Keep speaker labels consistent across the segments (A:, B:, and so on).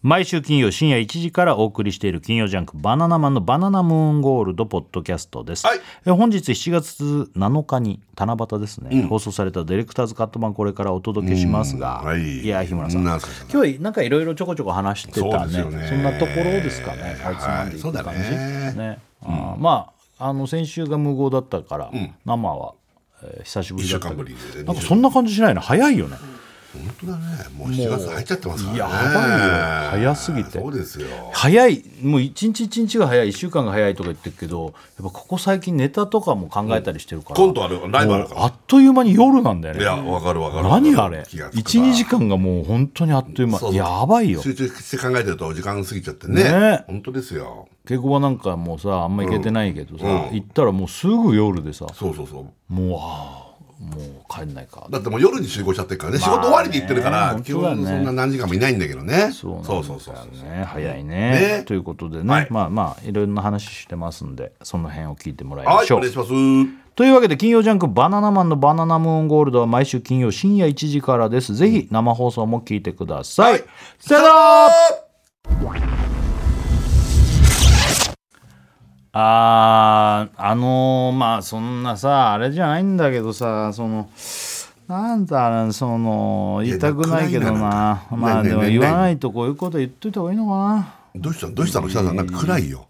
A: 毎週金曜深夜1時からお送りしている金曜ジャンク「バナナマンのバナナムーンゴールド」ポッドキャストです、
B: はい
A: え本日7月7日に七夕ですね、放送されたディレクターズカット版これからお届けしますが、
B: うんはい
A: や日村さん
B: なんすかそん
A: 今日なんかいろいろちょこちょこ話してたね
B: そうですよね
A: んなところですかねかいつまんで
B: はい
A: いく感じ、
B: そうだね
A: あーまああの先週が無謀だったから、生は、えー久しぶりだったけど
B: 一週間ぶりでね
A: なんかそんな感じしないの早いよね
B: 本当だねもう7月入っちゃってますからね
A: やばいよ早すぎて
B: そうですよ
A: 早いもう一日一日が早い一週間が早いとか言ってるけどやっぱここ最近ネタとかも考えたりしてるから、
B: 今度あるライブあるか
A: もうあっという間に夜なんだよ
B: らい
A: ね
B: やわかるわかる
A: 何あれ
B: 気がつくな
A: 12時間がもう本当にあっという間
B: そうそう
A: やばいよ
B: 集中して考えてると時間過ぎちゃってね
A: ね
B: 本当ですよ
A: 稽古場なんかもうさあんま行けてないけどさ、
B: うん
A: 行ったらもうすぐ夜でさ
B: そうそうそう
A: もうああもう帰んないか
B: だってもう夜に集合しちゃってるからね、仕事終わりで行ってるから、
A: 本
B: 基
A: 当だよ
B: 本
A: ね
B: そんな何時間もいないんだけどね
A: そうなん
B: そうそうそう
A: だよ
B: そう
A: ね早いね
B: ね
A: ということでね、
B: はい
A: まあまあいろんな話してますんでその辺を聞いてもらいま
B: は
A: し
B: い
A: ょう、
B: お願いしますは
A: というわけで金曜ジャンク「バナナマンのバナナムーンゴールド」は毎週金曜深夜1時からですぜひ生放送も聞いてください、
B: はい
A: さよならあーあのーまあそんなさあれじゃないんだけどさそのなんだろうその言いたくないけどな
B: 暗いな
A: まあ
B: ね
A: で
B: えねえ
A: も
B: ねえ
A: 言わないとこういうこと言っといた方がいいのかな
B: どうしたのどうしたの北さんなんか暗いよ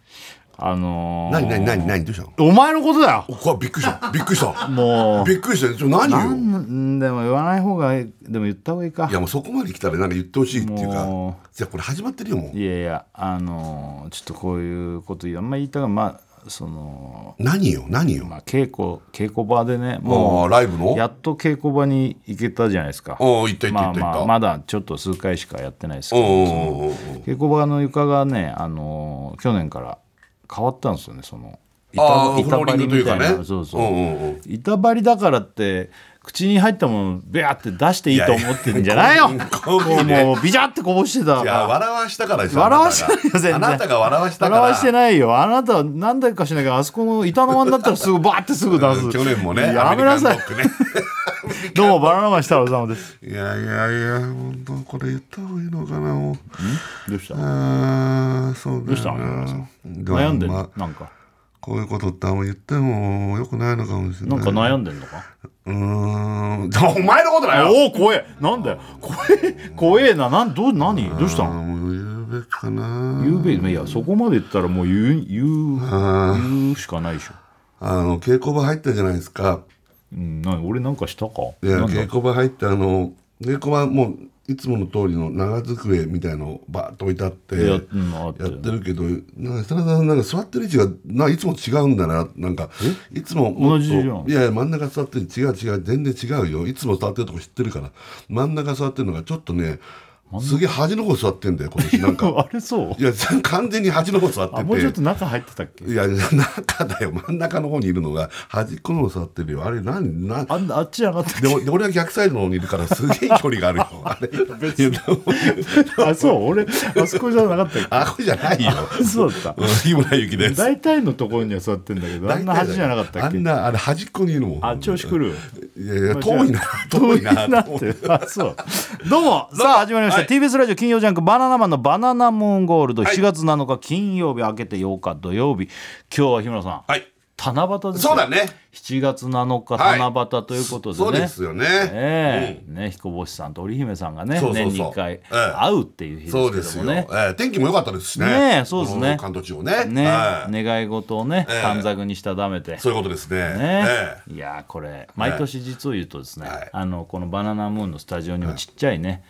A: あのー
B: 何何何何どうしたの
A: お前のことだよ
B: おこわびっくりしたびっくりした
A: もう
B: びっくりしたちょ何
A: な
B: よ
A: んでも言わない方がいいでも言った方がいいか
B: いやもうそこまで来たらなんか言ってほしいっていうか
A: も
B: じゃあこれ始まってるよもう
A: いやいやあのーちょっとこういうこと言うあんまり言いたがまあその
B: 何よ何よ
A: まあ稽古稽古場で
B: あ
A: ねも
B: あライブ
A: う
B: の
A: やっと稽古場に行けたじゃないですか
B: ああ行った行った
A: ま
B: 行
A: あ
B: った行
A: ま
B: った
A: あまだちょっと数回しかやってないですけ
B: うん
A: ど
B: うんうんうん
A: 稽古場の床がねあのー去年から変わったんですよねその
B: ああフローリ
A: 張
B: ン
A: り
B: グというかね
A: そうそう、
B: んうんうん
A: 板張りだからって口に入ったものをベアって出していいと思ってんじゃないよ
B: いやいや
A: も
B: コンビ
A: う
B: ね
A: もうビジャってこぼしてた
B: いや笑わしたからですよ
A: 笑わしてないよ全然
B: あなたが笑わしたから
A: 笑わしてないよあなたは何だかしなきゃあそこの板の間になったらすぐバーってすぐ出す
B: 去年もね
A: や
B: ア
A: めなさい
B: メリカンドッグね
A: どうもバナナマン設楽様です
B: いやいやいや本当これ言った方がいいのかなもう
A: どうした
B: あーそうどう
A: したの
B: 悩
A: 悩んでん
B: ま
A: の
B: あ
A: なんか
B: こういうことってあんま言ってもよくないのかもしれ
A: な
B: ない
A: んか悩んでんのか
B: うーんじゃ あお前のことだよ
A: おお怖えなんだよ怖え怖えななんどう何どうした
B: あ
A: の
B: もう言うべきかな
A: 言うべいやそこまで言ったらもう言う言う言うしかないでしょ
B: あの稽古場入ったじゃないですか
A: うんな俺なんかしたか
B: いや
A: なんだ
B: 稽古場入ってあの稽古場もういつもの通りの長机みたいのをバーッと置いてあって
A: いや
B: や
A: うんあったよ
B: ってるけどなんか設楽さんなんか座ってる位置がないつも違うんだななんかいつももっと
A: 同じじゃん
B: いやいや真ん中座ってる違う違う全然違うよいつも座ってるとこ知ってるから真ん中座ってるのがちょっとねすげえ端の方座ってんだよ今年なん か
A: あれそう
B: いや完全に端の方座ってて
A: あもうちょっと中入ってたっけ
B: いや中だよ真ん中の方にいるのが端っこの方座ってるよあれ何何
A: あんあっちじゃなかったっけ
B: でおで俺は逆サイドの方にいるからすげえ距離 があるよあれいやでも
A: あそう俺あそこじゃなかったっけ
B: あこれじゃないよ
A: あ そうだった
B: うん日村ゆきです
A: 大体のところには座ってんだけどあんな端じゃなかったっ
B: あん
A: け
B: なあれ端っこにいるもん
A: あ調子狂う
B: いやいや遠いな遠いな
A: なってあそうどう もさあ始まりました、TBS ラジオ金曜ジャンク「バナナマンのバナナムーンゴールド」7月7日金曜日明けて8日土曜日今日は日村さん、
B: はい
A: 七夕ですよ
B: そうだね
A: 7月7日
B: はい
A: 七夕ということでね、
B: そうですよね
A: ええね彦星さんと織姫さんがね
B: そうそうそう
A: 年に1回
B: ええ
A: 会うっていう日
B: そう
A: で
B: ですす
A: け
B: よ
A: どもね
B: ええ天気も良かったですしね
A: ねえそうですね
B: この関東地方ね
A: ね、
B: はい
A: 願い事をね
B: ええ
A: 短冊にしたためて、
B: そういうことですね
A: ね
B: え
A: いやーこれ毎年実を言うとですね、
B: はい
A: あのこの「バナナムーン」のスタジオにもちっちゃいね、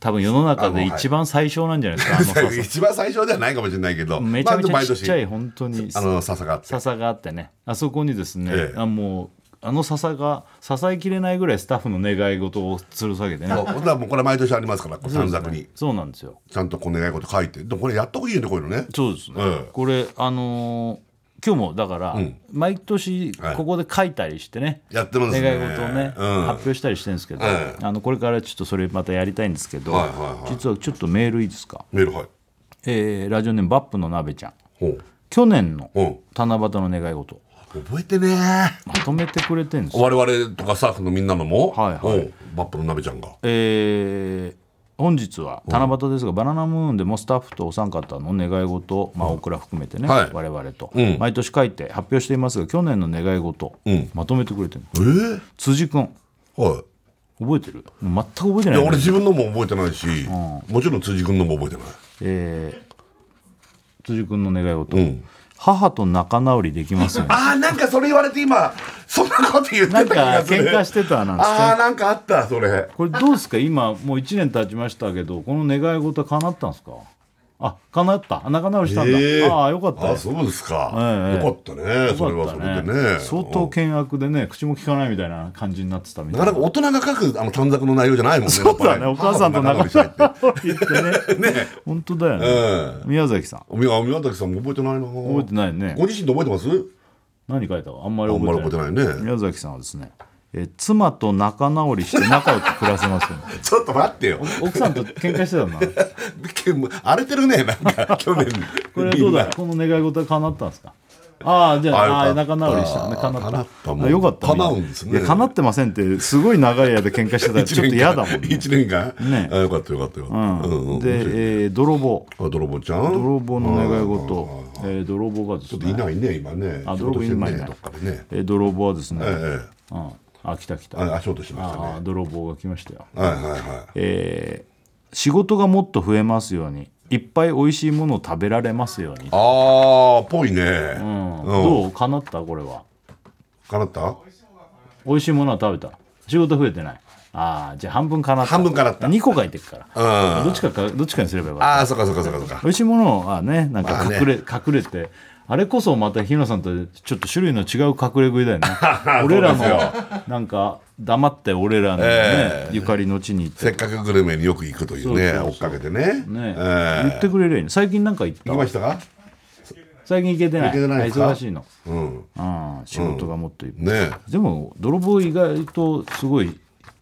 A: 多分世の中で
B: あのはい
A: 一番最小なんじゃないで すか、あの
B: え
A: 笹
B: 一番最初ではないかもしれないけど
A: めちゃめち
B: ま
A: ゃ
B: あ
A: ちっちゃ
B: 毎年
A: い本当に
B: あの笹があって
A: 笹があってねあそこにですね、
B: ええ
A: あもうあの笹が支えきれないぐらいスタッフの願い事を吊る下げてね
B: そうほんならもうこれ毎年ありますからこう短冊に
A: そうなんですよ
B: ちゃんとこう願い事書いてでもこれやった方がいいよねこういうのね
A: そうですね、
B: ええ
A: これあのー今日もだから、
B: ん
A: 毎年
B: はい
A: ここで書いたりしてね、
B: やってます
A: 願
B: ね
A: い事をね、
B: うん、
A: 発表したりしてるんですけど、
B: ええ
A: あのこれからちょっとそれまたやりたいんですけど、
B: はいはいはい
A: 実はちょっとメールいいですか、
B: メールはい
A: えーラジオネームバップの鍋ちゃん
B: ほう
A: 去年の
B: ほ
A: 七夕の願い事
B: う覚えてね
A: まとめてくれてるんですよ
B: 我々とかスタッフのみんなのも、
A: はいはい
B: ほうバップの鍋ちゃんが
A: えー本日は七夕ですが、バナナムーンでもスタッフとお三方の願い事、まあ、オクラ含めてね、
B: はい
A: 我々と、
B: うん
A: 毎年書いて発表していますが去年の願い事、
B: うん
A: まとめてくれてるの
B: えー、
A: 辻君
B: はい
A: 覚えてるもう全く覚えて
B: い
A: ない
B: や
A: よね
B: 俺自分のも覚えてないし、もちろん辻君のも覚えてない
A: えー辻君の願い事、
B: うん
A: 母と仲直りできます ように
B: ああなんかそれ言われて今そんなこと言って
A: な
B: た
A: ん
B: 気
A: か
B: がする
A: 喧嘩してたなんつって
B: ああなんかあったそれ
A: これどうですか今もう1年経ちましたけどこの願い事は叶ったんですかあ叶ったあ仲直りしたんだ、
B: えー
A: ああよかった
B: あそうですか、
A: ええ
B: よかったねそれはそれでね
A: 相当険悪でね口も利かないみたいな感じになってたみ
B: な
A: た
B: か
A: いな
B: なか大人が書くあの短冊の内容じゃないもんね
A: そうだねお母さんと仲
B: 良いって
A: 直りってね
B: ね
A: 本当だよ
B: え
A: ね、
B: え
A: 宮崎さん
B: み宮崎さんも覚えてないな
A: 覚えてないね
B: ご自身で覚えてます
A: 何書いたかあんまり
B: あん
A: 覚
B: まり
A: え
B: 覚え
A: て
B: て
A: ない
B: ないね
A: 宮崎さんはですねえ妻と仲直りして仲良く暮らせます よね
B: ちょっと待ってよ
A: 奥さんと喧嘩してたな
B: 荒れてるねなんか去年
A: これどうだこの願い事は叶ったんですかああじゃああ
B: あ
A: あ
B: よかった
A: 仲直りしたね叶った
B: 叶ったもん
A: あよかった
B: 叶うんですね
A: いや叶ってませんってすごい長い間喧嘩してたらちょっと嫌だもんね
B: 一年間
A: ね
B: あよかったよかったよかった、うんうん、
A: で、えー泥棒
B: あ泥棒ちゃん
A: 泥棒の願い
B: うん
A: 事、えー泥棒がで
B: ちょ
A: す
B: っとい
A: ね、
B: ないね今ね
A: あ
B: 仕事してる
A: 泥棒今い
B: ね
A: ない
B: どっかでね
A: えー泥棒はですね、
B: ええ
A: うん、あ来た来た
B: あ足音しました
A: あー
B: ね
A: 泥棒が来ましたよ、
B: はいはいは
A: えー仕事がもっと増えますようにいっぱい美味しいものを食べられますように、
B: いああぽいね
A: うん
B: うん
A: どう叶ったこれは
B: かなった
A: 美味しいものは食べた仕事増えてないああじゃあ半分叶った
B: 半分叶った
A: 2個書いてくから
B: うん
A: どっちかかどっちかにすればよかっ
B: ああそっかそっかそっかそっか
A: た美味しいものはねな
B: ま
A: んか
B: あね
A: 隠れ、隠れてあれこそまた日野さんとちょっと種類の違う隠れ食いだ よね俺らの
B: そうで
A: なんか黙って俺らのね、
B: え
A: ゆかりの地に行っ て
B: せっかくグルメによく行くというね
A: そうそうそ
B: 追
A: う
B: っかけてね
A: ね、
B: え
A: 言ってくれりゃいいの最近なんか行っ
B: ー行きま
A: た
B: したか
A: 最近行けてない
B: 行けてないですか
A: 忙しいの
B: うん
A: あ仕事がもっといっぱい、
B: ね
A: でも泥棒意外とすごい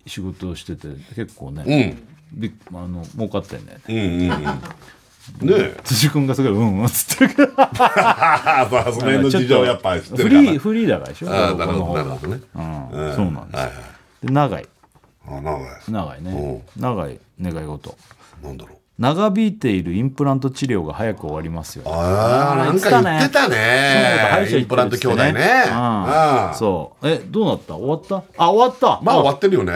A: 仕事をしてて結構ね、
B: え
A: びっあの儲かってんね
B: うんうんうんうんね え
A: 辻君がすごいうんうんっつってるから
B: ああまあその辺の事情はやっぱり知ってる
A: フ
B: から
A: リーフリーだからでしょ
B: ああ
A: こ
B: なる
A: の
B: ほ
A: 方
B: どな
A: が
B: るほどね
A: うんそうなんです
B: はいはい
A: で長い
B: あなんだ
A: 長いね長い願い事
B: なんだろう
A: 長引いているインプラント治療が早く終わりますように
B: ああ
A: あー
B: なんか言ってたねインプラント兄弟ね
A: うん
B: ああ
A: そうえどうなった終わったあ終わった
B: まあ終
A: あ
B: わってるよね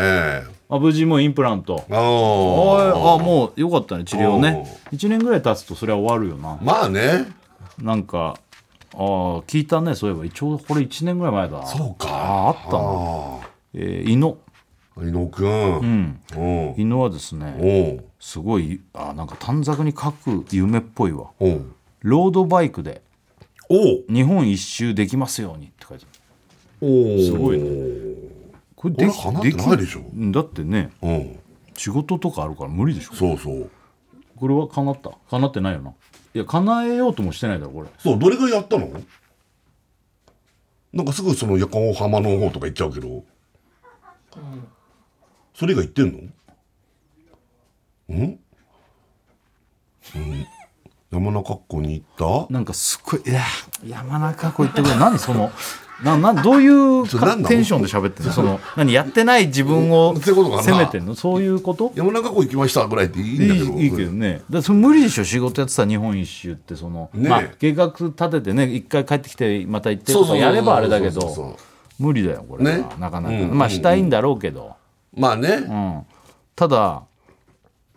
A: あ無事もうインプラント
B: ああ
A: おいあもうよかったね治療ね
B: お
A: 1年ぐらい経つとそれは終わるよな
B: まあね
A: なんかあー聞いたねそういえば一応これ1年ぐらい前だな
B: そうか
A: あーあったな
B: あ
A: えー、胃の
B: あ伊野くんうんお
A: 犬はですね
B: う
A: すごいあなんか短冊に書く夢っぽいわ
B: おう
A: ロードバイクで
B: おう
A: 日本一周できますようにって書いてある
B: おおす
A: ごいこれ
B: こ
A: でき
B: れ叶ってないでしょ
A: きうんだってね
B: うん
A: 仕事とかあるから無理でしょ
B: そうそう
A: これは叶った叶ってないよないや叶えようともしてないだろこれ
B: そうどれぐらいやったのなんかすぐその横浜の方とか行っちゃうけど、それ以外行ってんのん、うん、山中湖に行った
A: なんかすっごいいや山中湖行ってくれ何その ななどういう
B: それ
A: か
B: 何なの
A: テンションで喋ってんのその何やってない自分を
B: そういうことかな
A: 責めてんのそういうこと
B: 山中湖行きましたぐらいでいいんだけど
A: いいいいけどねだからそれ無理でしょ仕事やってたら日本一周ってその、
B: ねえ
A: まあ、計画立ててね一回帰ってきてまた行って
B: そう
A: と
B: そうそ
A: か
B: う
A: やればあれだけ
B: そうそうそう
A: ど無理だよこれは、
B: ね
A: なかなか、
B: うん
A: まあ
B: うん
A: したいんだろうけど、
B: まあね
A: うんただ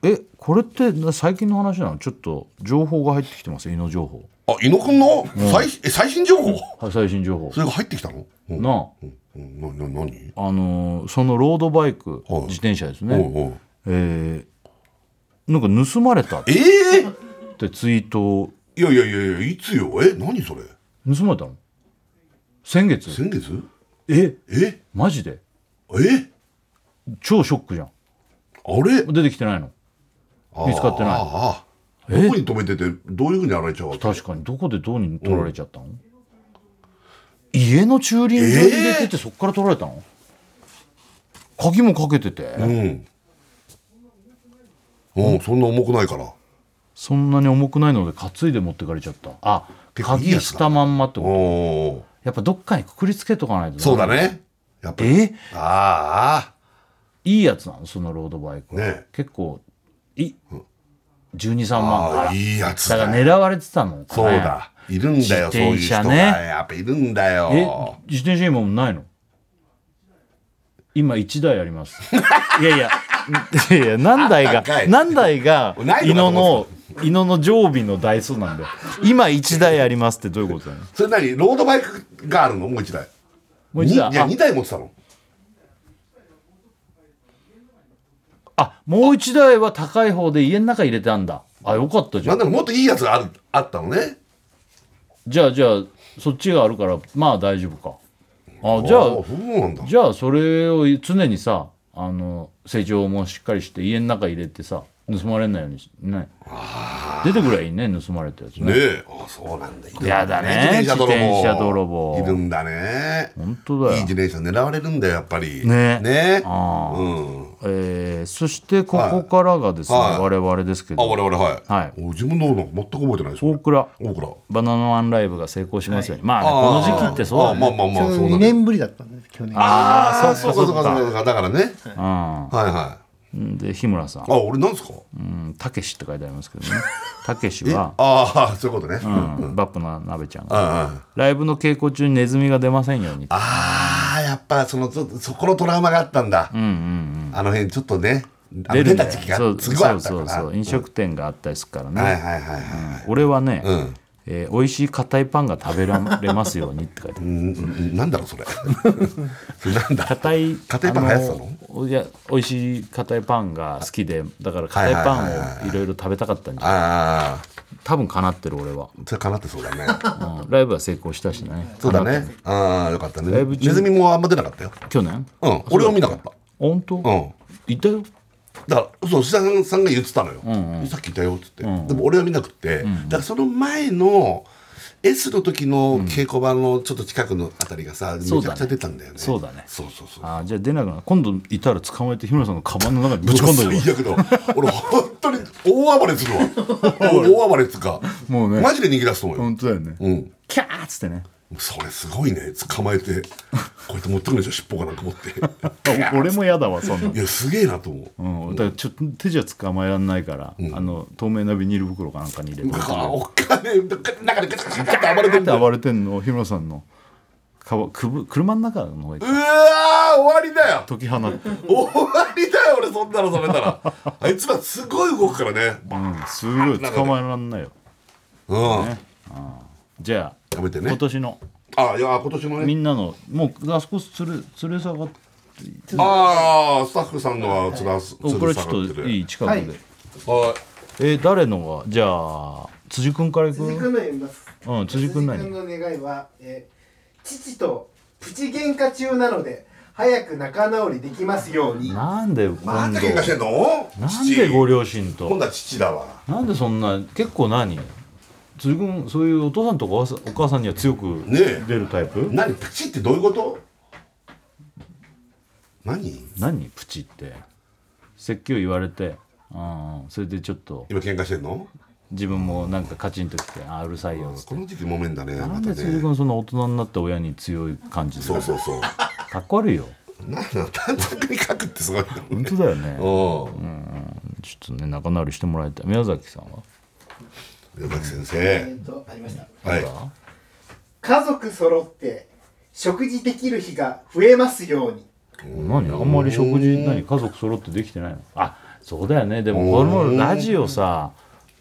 A: えこれって最近の話なのちょっと情報が入ってきてます胃の情報
B: あ伊野くんの最,、え最新情報
A: はい最新情報
B: それが入ってきたの、うん、
A: なあ
B: うんなな何
A: あのーそのロードバイク、
B: はい
A: 自転車です
B: おう
A: ね、
B: おう
A: えーなんか盗まれたっ
B: ええ
A: てツイートを
B: いやいやいやいやいつよえ何それ
A: 盗まれたの先月
B: 先月
A: え
B: え
A: マジで
B: え
A: 超ショックじゃん
B: あれ
A: 出てきてないの見つかってない
B: ああ
A: え
B: どこに止めててどういうふうに洗えちゃうわけ
A: 確かにどこでどうに取られちゃったの、家の駐輪場に入れててそっから取られたの、鍵もかけてて、
B: うんうん、そんな重くないから
A: そんなに重くないので担いで持ってかれちゃったあ
B: 結構いい
A: 鍵
B: やつだ
A: したまんまって
B: お
A: こと
B: お
A: やっぱどっかにくくりつけとかないと
B: そうだねやっぱり
A: え
B: ああ
A: いいやつなのそのロードバイクは
B: ねえ
A: 結構い1 2三万
B: ああいいやつ
A: だ
B: だ
A: から狙われてたのかね
B: そうだいるんだよ、
A: 自
B: そういう
A: 転
B: 人
A: 車
B: が
A: ね
B: やっぱいるんだ
A: え
B: よ
A: 自転車今もないの今1台あります いやいやいやいや何台
B: あったんか
A: が
B: い
A: 何台が
B: ない
A: 伊
B: のかと
A: 野
B: 思
A: の伊野の常備の台数なんだよ今1台ありますってどういうことだよ
B: それ何ロードバイクがあるのもう一台
A: もう一台
B: にいや
A: あ
B: 2台持ってたの
A: あもう1台は高い方で家の中入れてあんだあよかったじゃ
B: なん
A: ん
B: ならもっといいやつがあるあったのね
A: じゃあじゃあそっちがあるからまあ大丈夫かあじゃあ
B: ーそうなんだ
A: じゃあそれを常にさあの成長もしっかりして家の中入れてさ盗まれないようにしね出てくりゃいいね盗まれたやつね
B: ねえあそうなんだいるん
A: やだね自転車泥棒
B: いるんだね
A: 本当
B: い
A: だ
B: い
A: よ
B: 自転車狙われるんだよやっぱり
A: ね
B: ね
A: あー
B: うん
A: えーそしてここからがですね、
B: はい
A: 我々ですけ
B: あ
A: ど
B: 我々はい、
A: はい
B: お自分のなんか全く覚えてないです
A: 大倉
B: 大倉
A: バナナワンライブが成功しますように、まあね、
B: あー
A: この時期ってそうだ
B: あ
A: ね
B: まあまあまあ
C: そ
B: そうう
C: 2
B: だね
C: 年ぶりだったんです去年
B: ああそうかそうかそうかだからねはいは
A: うんで日村さん
B: いあ俺なんですか
A: うんたけしって書いてありますけどねたけしは、
B: ああそういうことね、うん、あ
A: うんバップの鍋ちゃんが
B: あ
A: ライブの稽古中にネズミが出ませんように
B: ああやっぱそのそそこのトラウマがあったんだ、あの辺ちょっとねあの
A: 出
B: 出
A: るんだ
B: た
A: よ
B: 時期が
A: そう
B: すごいあったか
A: そう
B: ら
A: そうそう飲食店があったりするからね、
B: はいはいはいは
A: 俺はね、
B: ん
A: えー美味しい硬いパンが食べられますようにって書いてあ
B: い、う
A: る
B: んうん、なんだろうそれ それなんだ
A: 硬い
B: 硬いパン流行ってたの
A: あのいや美味しい硬いパンが好きでだから硬いパンをいろいろ食べたかったんじゃ
B: ああ
A: 多分かなってる俺は、
B: それかなってそうだ ね
A: うんライブは成功したしね
B: そうだねああよかったね
A: ライブ
B: ネ
A: 中
B: ズミもあんま出なかったよ
A: 去年
B: うん俺は見なかった
A: 本当、
B: うん
A: いたよ
B: だからそう志田さんが言ってたのよ、さっきいたよっつって、でも俺は見なくって、だからその前の S の時の稽古場のちょっと近くのあたりがさ、めち
A: そうだね
B: ゃくちゃ出たんだよね
A: そうだね
B: そうそうそう
A: あーじゃあ出なくなる今度いたら捕まえて日村さんのカバンの中にぶち込んど
B: 最
A: いて
B: 悪だわ 俺本当に大暴れするわ大暴れっつうか
A: もうね
B: マジで逃げ出すと思うよ、
A: 本当だよね、
B: うん、
A: キャーっつってね
B: それすごいね捕まえてこうやって持ってくるでしょ尻尾かなんか持って
A: あ 俺も嫌だわそんなの
B: いやすげえなと思う
A: うん、だからちょっと手じゃ捕まえられないから、あの透明なビニール袋かなんかに入れて
B: なんかお金中でガチャガチャガチャって暴れてるんだよ
A: 暴れてんのを日村さんのかばくぶ車の中の方へ
B: うわー終わりだよ
A: 解き放って、
B: 終わりだよ俺そんなの染めたら あいつらすごい動くからね
A: うん、すごい捕まえらんないよ
B: うん
A: じゃあ
B: やめてね
A: 今年の
B: あいや今年の
A: み
B: ね
A: んなのもうあそこ連れ連れ下がって
B: ああスタッフさんのはつらす
A: お
B: つ
A: こ
B: る
A: れ
B: 下
A: ちょっ
B: がって
A: と
B: る
A: いい近くで、
C: はい
B: はい
A: えー誰のがじゃあ辻君からいく
C: 辻君の読みます
A: うん辻君何
C: の願いは、えー父とプチ喧嘩中なので早く仲直りできますように
A: なんで今度
B: また喧嘩してんの
A: なん
B: 父
A: でご両親と
B: 今度は父だわ
A: なんでそんな結構何辻君そういうお父さんとかお母さんお母さんには強く
B: ねえ
A: 出るタイプ、
B: 何プチってどういうこと何
A: 何プチって説教言われて、うん、それでちょっと
B: 今喧嘩してんの
A: 自分もなんかカチンときてあーうるさいよっつって
B: この時期揉めんだね
A: な
B: ま
A: ん
B: た
A: で辻
B: ね
A: 君そんな大人になった親に強い感じで
B: そうそうそう
A: かっこ悪いよ
B: なんだ短冊に書くってすごいな
A: 本当だよね
B: うん
A: ちょっとね仲直りしてもらいたい宮崎さんは
B: 矢崎先
C: え
B: 生
C: ーとありました
B: はい
C: 家族揃って食事できる日が増えますように
A: 何あんまり食事何家族揃ってできてないのあそうだよねでもこのラジオさ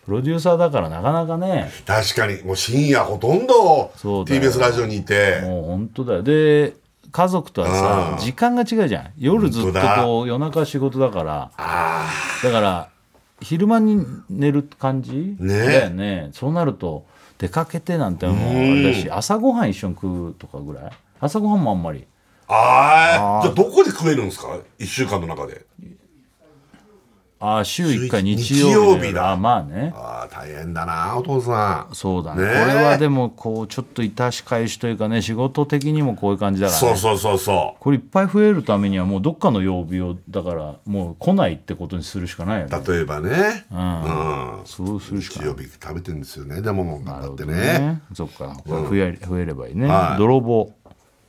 A: プロデューサーだからなかなかね
B: 確かにもう深夜ほとんど
A: そうだよ
B: TBS ラジオにいて
A: もう本当だよで家族とはさ
B: うん
A: 時間が違うじゃん夜ずっ
B: 本
A: と
B: 当だ
A: こう夜中仕事だから
B: あ
A: だから昼間に寝る感じ、
B: ね
A: だよねそうなると出かけてなんてもうあれだし朝ごはん一緒に食うとかぐらい朝ごはんもあんまり
B: ああーじゃあどこで食えるんですか1週間の中で
A: ああ週1回
B: 週一
A: 日曜
B: 日曜
A: 日
B: 日だ
A: あまあね
B: ああ大変だなお父さん
A: そうだね
B: ね
A: こ
B: え
A: れはでもこうちょっと致し返しというかね仕事的にもこういう感じだから、ね、
B: そうそうそうそ
A: これいっぱい増えるためにはもうどっかの曜日をだからもう来ないってことにするしかないよね
B: う例えばねうん
A: そうするしか
B: 日
A: ない
B: 曜日食べてるんですよねでももう頑
A: なる
B: 張
A: ほ
B: って
A: ど
B: ね
A: ねそっか増え増えればいいね、
B: はい
A: 泥棒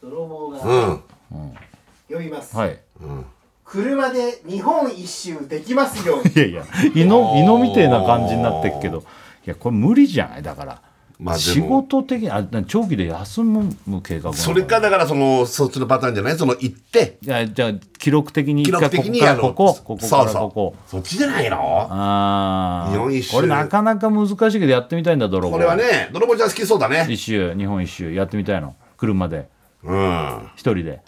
C: 泥棒が
B: うん
C: 読みます、
A: はい
C: 9車で日本一周できますように
A: いやいや胃の胃のみてえな感じになってっけどいやこれ無理じゃないだから、
B: まあでも
A: 仕事的にあな長期で休む計画なの
B: それかだからそのそっちのパターンじゃないその行って
A: いやじゃあ記録的に
B: 記
A: 一
B: 録
A: 回
B: 的
A: ここ
B: に
A: か
B: や
A: ら
B: ろう
A: ここここからここ
B: そうそうそっちじゃないの
A: ああ
B: 日本一周
A: これなかなか難しいけどやってみたいんだ泥棒
B: これはね泥棒ちゃん好きそうだね
A: 一周日本一周やってみたいの車で
B: うん
A: 一人で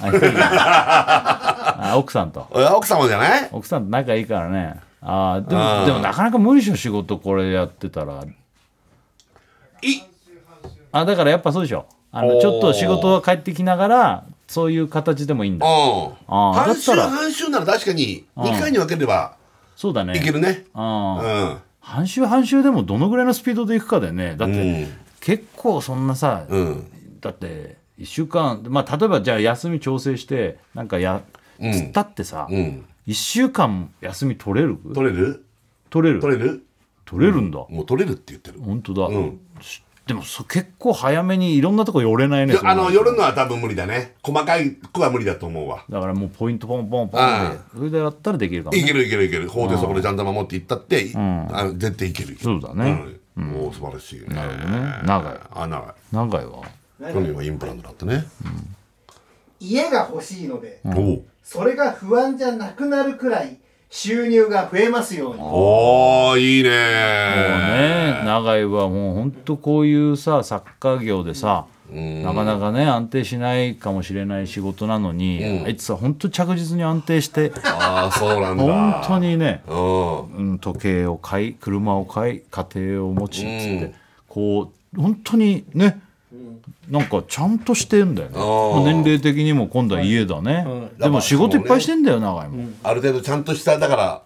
A: あ一 人であ奥さんと
B: え奥様じゃない
A: 奥さんと仲いいからねあーで
B: あ
A: も
B: ー
A: でもなかなか無理でしょ仕事これやってたら
B: い
A: あだからやっぱそうでしょあ
B: お
A: の
B: ー
A: ちょっと仕事は帰ってきながらそういう形でもいいん
B: う
A: だ
B: ん
A: あーだ
B: 半
A: った
B: 周
A: ら
B: 半周なら確かに2回に分ければ
A: そうだね
B: いけるねう
A: あー
B: ん
A: 半周半周でもどのぐらいのスピードでいくかだよねだっ
B: う
A: て
B: ん
A: 結構そんなさ、
B: うん
A: だって1週間、まあ、例えばじゃあ休み調整してなんかや
B: うん
A: つったってさ、
B: うん
A: 1週間休み取れる取れ
B: 取れる
A: る取れ
B: 取れる
A: るんだ、
B: もう取れるって言ってる
A: 本当だ、
B: うん
A: しでもそ結構早めにいろんなとこ寄れないね
B: で
A: そんな
B: あの寄るのは多分無理だね細かい句は無理だと思うわ
A: だからもうポイントポンポンポン
B: あ
A: でそれでやったらできるかも
B: い
A: ね
B: けるいけるいける法でそこでちゃんと守っていったって、あ絶対いけるいける
A: そうだね、
B: うんもう素晴らしいね
A: なるほどね長い
B: あ長い
A: 長いわ
B: 去年はインプラントだったね、
C: 家が欲しいので
B: おう
C: それが不安じゃなくなるくらい収入が増えますように
B: おーいいね
A: もうね長いはもう本当こういうさサッカー業でさなかなかね安定しないかもしれない仕事なのに、あいつは本当着実に安定して
B: ああそうなんだ
A: 本当にね、
B: うん
A: うん、時計を買い車を買い家庭を持ちっつって、こう本当にねなんかちゃんとしてんだよね、
B: あー
A: まあ年齢的にも今度は家だね、でも仕事いっぱいしてんだよ長井も、
B: ある程度ちゃんとしただから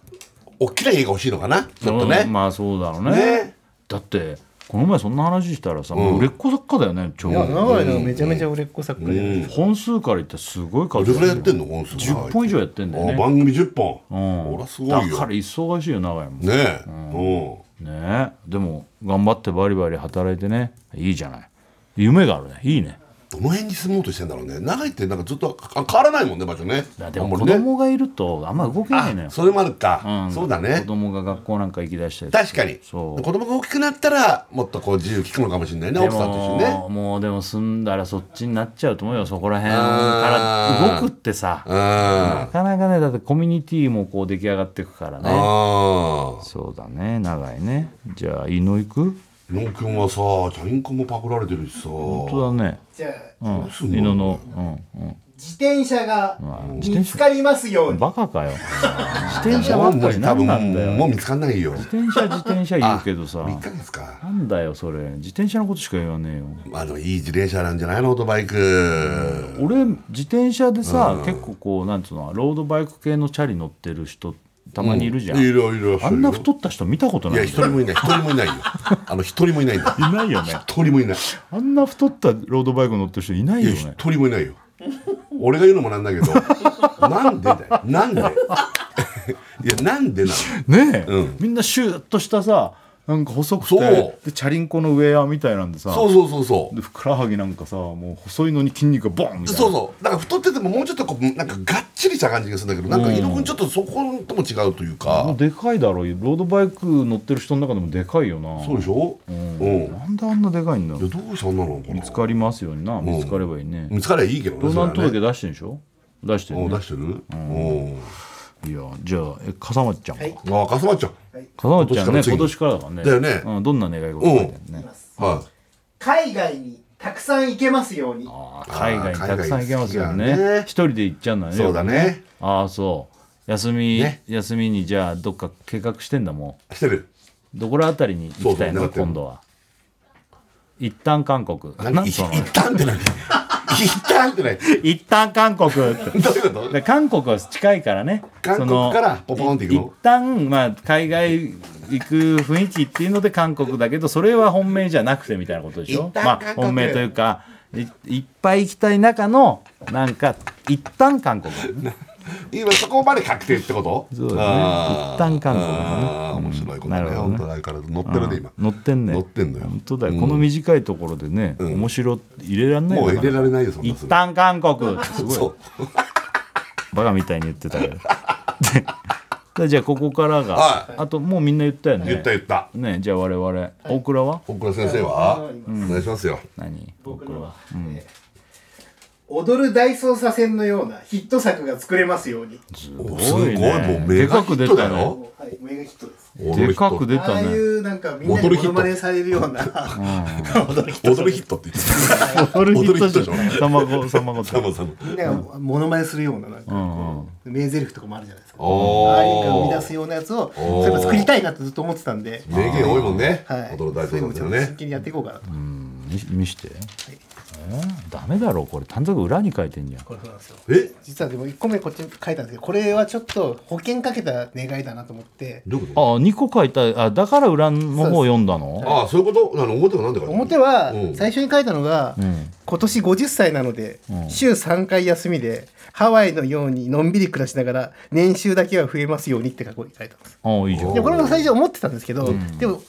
B: 大きな家が欲しいのかなちょっとね、
A: うんまあそうだろうね
B: ね
A: だってこの前そんな話したらさ、もう売れっ子作家だよねちょう
D: 長
A: ど
D: いのめちゃめちゃ売れっ子作家で、
A: 本数から言ってすごい
B: ど
A: 数
B: れぐらいやってんの本数
A: 10本以上やってんだよね
B: あ番組10本、
A: うん
B: ほらすごい
A: だ
B: よ
A: から忙しいよ長井も
B: ねえ、うん
A: ねえでも頑張ってバリバリ働いてねいいじゃない夢があるねいいね
B: どの辺に住もうとしてんだろうね長いってなんかずっとあ変わらないもんね場所ね
A: だで
B: あん
A: も
B: ま
A: 子
B: りね
A: 供がいるとあんま動けないのよ、
B: それもあるか、
A: ん
B: そうだ
A: 子
B: ね
A: 供が学校なんか行きだしたり
B: 確かに
A: そ
B: 子
A: う
B: 供が大きくなったらもっとこう自由聞くのかもしれないね
A: で
B: 奥さんと一緒にね
A: ももうでも住んだらそっちになっちゃうと思うよそこら辺から動くってさ
B: うんあ
A: なかなかねだってコミュニティもこう出来上がっていくからね
B: あ
A: そうだね長いねじゃあ伊野行く
B: 伊野くんはさチャリンコもパクられてるしさ
A: 本当だね
C: じゃあ
A: うん
B: すごい
A: 伊野の、うんうん
C: 自転車が
A: 自
C: 見
A: 転
C: つかりますように
A: バカかよ自転車ばっかり
B: 多
A: 何
B: 分
A: なんだよ
B: もう見つかんないよ
A: 自転車自転車言うけどさ
B: 1ヶ月か
A: なんだよそれ自転車のことしか言わねえよ
B: あのいい自転車なんじゃないのオートバイク、
A: 俺自転車でさ、結構こうなんつうのロードバイク系のチャリ乗ってる人たまにいるじゃん、
B: いるいる
A: あんな太った人見たこと
B: い
A: な
B: や
A: い
B: 一人もいない一人もいないよあの一人もいないんだ
A: いないよね
B: 一人もいない
A: あんな太ったロードバイク乗ってる人いない
B: い
A: よ
B: や、
A: ね
B: 一人もいないよ。俺が言うのもなんだけど、 なんでだよ。なんで いや、なんでな
A: ねえ、
B: うん
A: みんなシューッとしたさなんか細く
B: そう
A: てでチャリンコのウェアみたいなんでさ
B: のそうそうそうそう。
A: でふくらはぎなんかさもう細いのに筋肉がボンみたいな
B: そうそうだから太っててももうちょっとこうなんかがっちりした感じがするんだけどなんか伊野くんちょっとそことも違うという
A: も
B: か
A: う、でかいだろうロードバイク乗ってる人の中でもでかいよな
B: そうでしょうん、い
A: なんであんなでかいんだろ
B: や
A: う
B: どうしてあんなのかな
A: 見つかりますようにな見つかればいいね、
B: 見つかりゃいいけどね
A: 盗難
B: それは
A: 届
B: ね
A: 出してるでしょ出してる、
B: お
A: ね
B: 出、してるうん
A: いやじゃあえ笠松ちゃんか、
C: はい
B: ああかさまっちゃん
A: 笠松ちゃんね今
B: 今
A: 年
B: 年
A: からだからね
B: だよね
A: うん、どんな願い事書いてんね、
B: は
C: 海外にたくさん行けますように
A: ああ海外にたくさん行けますよ
B: ああ海外好きだ
A: ね
B: ね
A: 一人で行っちゃうんだ
B: い
A: ね
B: そうだね
A: ああそう休み、
B: ね
A: 休みにじゃあどっか計画してんだも
B: してる
A: んどこらあたりに行きたい
B: そ
A: の
B: うそう
A: 今度は一旦韓国
B: 何
A: 何
B: 一
A: その
B: 旦って何一旦って何
A: 一旦韓 国って
B: どういうこと
A: で韓国は近いからね
B: 韓国
A: その
B: からポポンって行くの
A: い一旦まあ海外行く雰囲気っていうので韓国だけどそれは本命じゃなくてみたいなことでしょ
B: 一旦
A: まあ
B: 韓国
A: 本命というかいいっぱい行きたい中のなんか一旦韓国
B: 今そこまで確定ってこと
A: そうだね
B: あー
A: 一旦韓国だね
B: あー面白いこと
A: な
B: ね
A: るほどね
B: 本当だから乗ってるね今
A: 乗ってんね
B: 乗ってんのよ
A: 本当だよこの短いところでね面白入れらんない
B: もう
A: よ
B: 入れられないよそんな
A: 一旦韓国すごい
B: そう
A: バカみたいに言ってたけ どでじゃあここからが、
B: は
A: あともうみんな言ったよね
B: 言った言った
A: ねじゃあ我々大倉は
B: 大倉先生はお願いしますよ
A: 何
C: 僕のは、えー踊る大捜査線のようなヒット作が作れますように。
A: す
B: おすごいもうメ
A: で
B: ガ
A: か
B: ヒ
A: く
B: ッ
A: 出
B: トだ
A: たね
B: よ
C: はい、メガヒットです。
A: でかく出
C: あ
A: た
C: あい
A: ね。
C: うなんかみんなにモノマネされるような
B: 踊るヒットって言って
A: 踊るヒッ
B: 踊るヒ
A: トじ
B: ットでし
A: ゃん。卵、卵
B: た
A: と。
B: タモさんの
C: みんながモノマネするようななんかこう名台詞とかもあるじゃないですか。
B: おー
C: ああいうのが生み出すようなやつを
B: おー
C: そういえば作りたいなとずっと思ってたんで。
B: 名言多いもんね
C: はい、
B: 踊る大
C: そういうの
B: 捜
C: も
B: 査
C: ち
B: 線の
C: ょっと
B: ね
C: 真剣にやっていこうかなと、
A: 見見して。えーダメだろこれ短冊裏に書いてんじゃん。
C: これそうなんですよ
B: え
C: 実はでも1個目こっちに書いたんですけどこれはちょっと保険かけた願いだなと思って
B: どういうこ
A: あ二個書いたあだから裏の方読んだ
B: と
A: の。
B: ああそういうことあの表はなんでか
C: 表は
B: うん
C: 最初に書いたのが、
A: ん
C: 今年50歳なので、
A: うん
C: 週3回休みでハワイのようにのんびり暮らしながら年収だけは増えますようにって書いてあったんです
A: あいいじゃん。
C: でこれも最初思ってたんですけど、でも